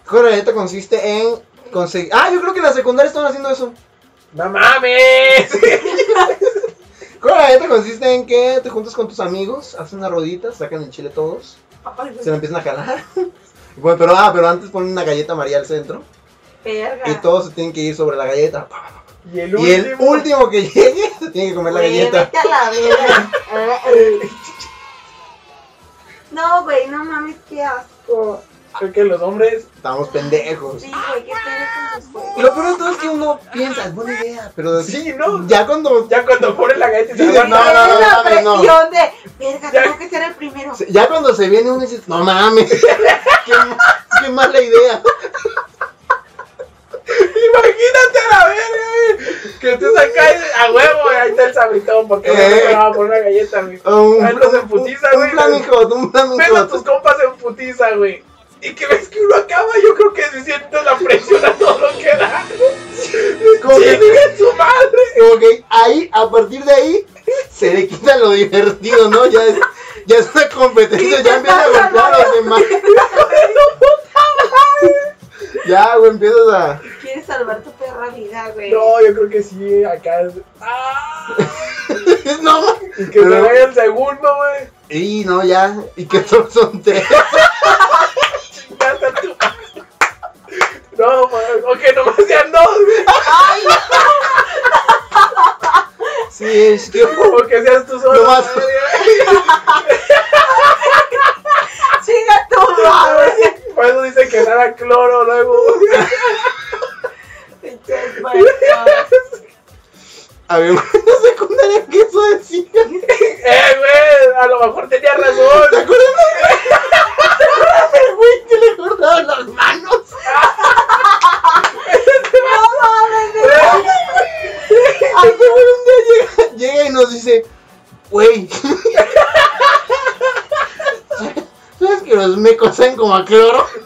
Speaker 3: Joder, la neta consiste en conseguir. Ah, yo creo que en la secundaria estaban haciendo eso.
Speaker 4: ¡No mames!
Speaker 3: Joder, la neta consiste en que te juntas con tus amigos, haces una rodita, sacan el chile todos,
Speaker 5: Papá,
Speaker 3: se lo empiezan a jalar. Bueno, pero, ah, pero antes ponen una galleta María al centro
Speaker 5: verga.
Speaker 3: y todos se tienen que ir sobre la galleta. Pa, pa, pa.
Speaker 4: Y el último.
Speaker 3: Y el último que llegue se tiene que comer la
Speaker 5: Güey,
Speaker 3: galleta.
Speaker 5: Vete a la verga. Ay. No, güey, no mames, qué asco.
Speaker 4: Creo que los hombres.
Speaker 3: Estamos pendejos.
Speaker 5: Sí, güey, qué pedo con tus
Speaker 3: Y
Speaker 5: juegos.
Speaker 3: lo peor de todo es que uno piensa, es buena idea, pero
Speaker 4: Sí, ¿no?
Speaker 3: ya cuando
Speaker 4: Ya cuando ponen la galleta y se
Speaker 3: Sí,
Speaker 4: la
Speaker 3: no,
Speaker 4: guardan,
Speaker 3: no, no,
Speaker 5: la
Speaker 3: mames, no.
Speaker 5: presión de, verga,
Speaker 4: Ya.
Speaker 5: tengo que ser el primero.
Speaker 3: se- ya cuando se viene uno dice, no mames, qué, qué mala idea.
Speaker 4: Imagínate a la verga, güey. Que tú sacas a huevo y ahí está el sabritón porque no
Speaker 3: Eh. Ah,
Speaker 4: me va a poner una galleta, güey.
Speaker 3: Un,
Speaker 4: Ay, Ah, no
Speaker 3: un-
Speaker 4: se emputiza,
Speaker 3: un
Speaker 4: güey.
Speaker 3: flamijot, un
Speaker 4: Ves a tus
Speaker 3: flamijot.
Speaker 4: compas en putiza, güey. Y que ves que uno acaba, yo creo que se siente la presión a todo lo que da.
Speaker 3: Como que-
Speaker 4: ¡Chingue su madre!
Speaker 3: Como que ahí, a partir de ahí, se le quita lo divertido, ¿no? Ya es, ya es una competencia,
Speaker 5: ¿Qué
Speaker 3: ya
Speaker 5: te
Speaker 3: empieza a
Speaker 5: pasa,
Speaker 3: golpear a los demás. Ya, güey, empiezas a.
Speaker 5: Quieres salvar tu perra vida, güey.
Speaker 4: No, yo creo que sí, acá es. ¡Ah!
Speaker 3: No, mames.
Speaker 4: Y que se
Speaker 3: Pero-
Speaker 4: vaya el segundo, güey.
Speaker 3: y no, ya. Y que son, son tres.
Speaker 4: Chingate a tu madre. No, man. Ok, nomás sean dos, güey.
Speaker 3: Sí, es que.
Speaker 4: Como que seas tú solo.
Speaker 3: Nomás-
Speaker 4: güey.
Speaker 5: Chinga tu madre.
Speaker 4: Por eso dicen que nada cloro luego.
Speaker 5: Pinches puercos.
Speaker 3: Había una secundaria que eso decía.
Speaker 4: ¡Eh, güey! A lo mejor tenía
Speaker 3: ¿Te
Speaker 4: razón.
Speaker 3: acuerdas? El güey que le cortaban las manos.
Speaker 5: No mames, güey.
Speaker 3: Ay, güey, un día llega, llega y nos dice, güey. ¿Sabes que los mecos saben como a cloro?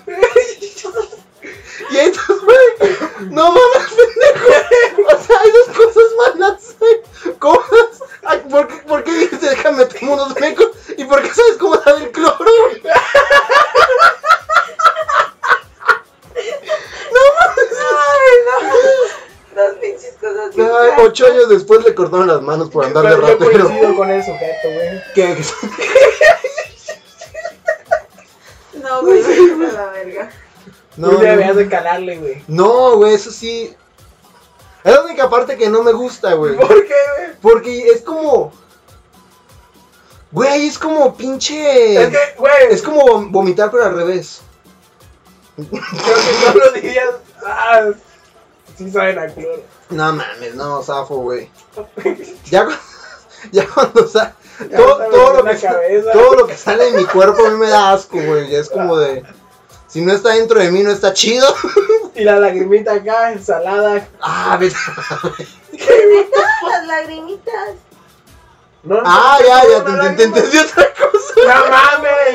Speaker 3: Y entonces, güey, no mames, pendejo. O sea, esas cosas malas, güey. ¿Cómo las- ay, ¿Por qué, ¿Por qué dices, déjame tomar unos mecos? ¿Y por qué sabes cómo sabe el cloro? güey? No mames.
Speaker 5: Dos pinches cosas. bien
Speaker 3: Ay,
Speaker 5: raras.
Speaker 3: ocho años después le cortaron las manos por andar de
Speaker 4: Pero yo
Speaker 3: ratero.
Speaker 4: coincido con el sujeto, güey.
Speaker 3: Que- que-
Speaker 5: No, güey, vete a la verga.
Speaker 4: No,
Speaker 3: No,
Speaker 4: deberías
Speaker 3: no.
Speaker 4: de calarle, güey.
Speaker 3: No, güey, eso sí. Es la única parte que no me gusta, güey.
Speaker 4: ¿Por qué, güey?
Speaker 3: Porque es como. Güey, es como pinche.
Speaker 4: Es que, güey,
Speaker 3: Es como vom- vomitar, pero al revés.
Speaker 4: creo que no lo dirías. Ah, sí saben a cloro.
Speaker 3: No mames, no, zafo, güey. Ya, cu- ya cuando sale.
Speaker 4: Ya
Speaker 3: Todo,
Speaker 4: me
Speaker 3: todo
Speaker 4: dolió
Speaker 3: lo
Speaker 4: la
Speaker 3: que, sa-
Speaker 4: cabeza.
Speaker 3: todo lo que sale de mi cuerpo a mí me da asco, güey. Ya es como de. Si no está dentro de mí, no está chido.
Speaker 4: Y la lagrimita acá, ensalada.
Speaker 3: Ah, vete.
Speaker 5: Neta, las lagrimitas.
Speaker 4: No,
Speaker 3: Ah,
Speaker 4: no,
Speaker 3: ya,
Speaker 4: no,
Speaker 3: ya te- te
Speaker 4: no, lágrimas.
Speaker 3: te entendí otra cosa.
Speaker 4: ¡No
Speaker 5: Güey,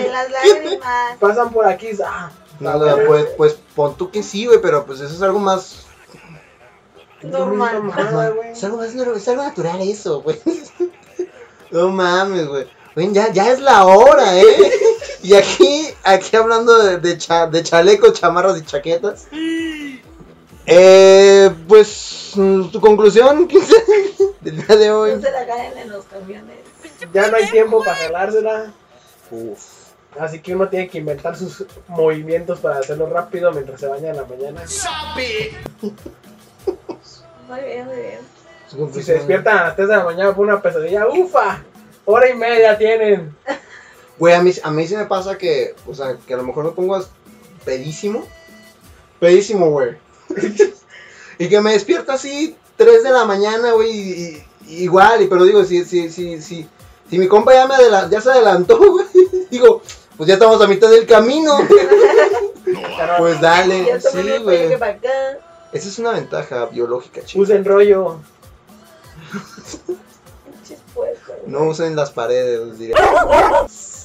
Speaker 4: mames!
Speaker 5: Las lágrimas.
Speaker 4: Pasan por aquí. Ah,
Speaker 3: No, no, pues, pues pon tú que sí, güey, pero pues eso es algo más.
Speaker 5: Normal.
Speaker 4: mamada, güey.
Speaker 3: Es algo más nor- es algo natural eso, güey. No mames, güey. Ven, ya, ya es la hora, ¿eh? Y aquí, aquí hablando de, de, cha- de chalecos, chamarras y chaquetas. Eh, pues, mm, tu conclusión, 15 del día de
Speaker 5: No
Speaker 3: hoy.
Speaker 5: se la caen en los camiones.
Speaker 4: ya no hay tiempo para jalársela.
Speaker 3: Uf.
Speaker 4: Así que uno tiene que inventar sus movimientos para hacerlo rápido mientras se baña en la mañana.
Speaker 5: Muy bien, muy bien.
Speaker 3: Su
Speaker 4: Si
Speaker 3: conclusión.
Speaker 4: se despiertan a las 3 de la mañana por una pesadilla, ¡ufa! Hora y media tienen.
Speaker 3: Güey, a mí, a mí sí me pasa que, o sea, que a lo mejor me pongo as- pedísimo. Pedísimo, güey. y que me despierta así 3 de la mañana, güey, y- y- igual, y, pero digo, si, si, si, si, si mi compa ya, me adela- ya se adelantó, güey, digo, pues ya estamos a mitad del camino.
Speaker 4: Pero
Speaker 3: pues dale,
Speaker 5: Ya tomé
Speaker 3: sí,
Speaker 5: mi
Speaker 3: güey.
Speaker 5: que para acá.
Speaker 3: Esa es una ventaja
Speaker 5: Pues
Speaker 3: biológica, chicos.
Speaker 4: usen rollo.
Speaker 5: Pinches puercos.
Speaker 3: No usen las paredes, diría.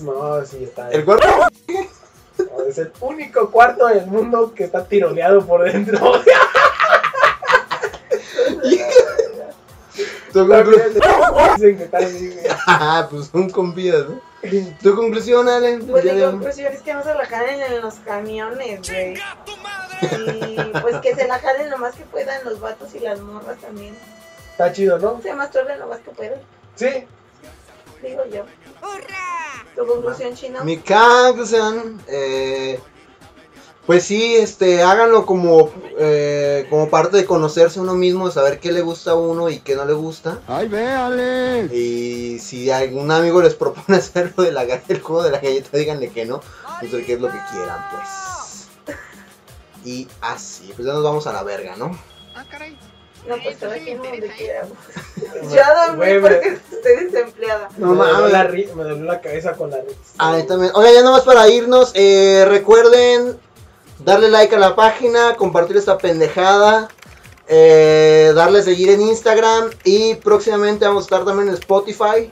Speaker 4: No, sí, está.
Speaker 3: El cuerpo
Speaker 4: Es el único cuarto del mundo que está tiroleado por dentro.
Speaker 3: Tu conclu-
Speaker 4: Dicen que está así, güey.
Speaker 3: Ajá, pues un compías, ¿no? Tu conclusión, Ale. del
Speaker 5: Pues
Speaker 3: día
Speaker 5: mi
Speaker 3: de hoy?
Speaker 5: conclusión es que no se la jalen en los camiones, güey. Y pues que se la jalen lo más que puedan los vatos y las morras también.
Speaker 4: Está chido, ¿no?
Speaker 5: Se masturben lo más que puedan,
Speaker 4: Sí.
Speaker 5: digo yo.
Speaker 6: ¡Hurra!
Speaker 5: Tu conclusión chino.
Speaker 3: Mi conclusión, eh, pues sí, este, háganlo como, eh, como parte de conocerse uno mismo, de saber qué le gusta a uno y qué no le gusta.
Speaker 7: ¡Ay, véale!
Speaker 3: Y si algún amigo les propone hacerlo de la, ga- el juego de la galleta, díganle que no, pues que es lo que quieran, pues. Y así, pues ya nos vamos a la verga, ¿no?
Speaker 1: Ah, caray.
Speaker 5: No, pues cada
Speaker 1: Eso sí
Speaker 5: quien
Speaker 1: me
Speaker 5: donde
Speaker 1: interesa,
Speaker 5: quiera. Yo a dormir
Speaker 4: Güey,
Speaker 5: porque
Speaker 4: me,
Speaker 5: estoy desempleada.
Speaker 3: No
Speaker 4: me dolió
Speaker 3: mames.
Speaker 4: la ri- me dolió la cabeza con la ri-
Speaker 3: Ah, también. Oiga, ya nomás para irnos, eh, recuerden darle like a la página, compartir esta pendejada, eh, darle seguir en Instagram y próximamente vamos a estar también en Spotify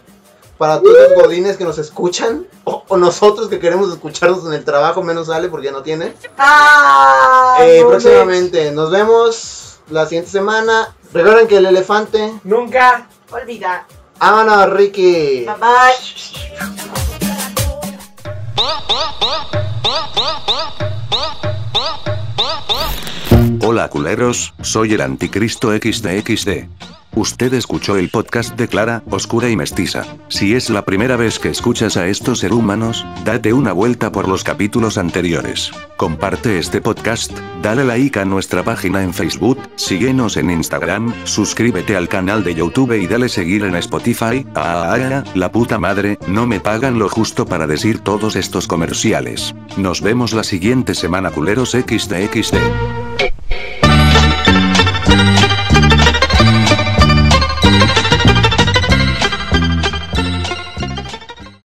Speaker 3: para todos los godines que nos escuchan o, o nosotros que queremos escucharnos en el trabajo, menos sale porque ya no tiene.
Speaker 5: Ah,
Speaker 3: Eh,
Speaker 5: no
Speaker 3: próximamente, nos vemos la siguiente semana. Recuerden que el elefante
Speaker 4: Nunca.
Speaker 5: me- Olvida.
Speaker 3: aman a Ricky.
Speaker 5: Bye bye.
Speaker 8: Hola culeros, soy el anticristo XDXD. Usted escuchó el podcast de Clara, Oscura y Mestiza. Si es la primera vez que escuchas a estos ser humanos, date una vuelta por los capítulos anteriores. Comparte este podcast, dale like a nuestra página en Facebook, síguenos en Instagram, suscríbete al canal de YouTube y dale seguir en Spotify. Ah, ah, ah, la puta madre, no me pagan lo justo para decir todos estos comerciales. Nos vemos la siguiente semana culeros XDXD.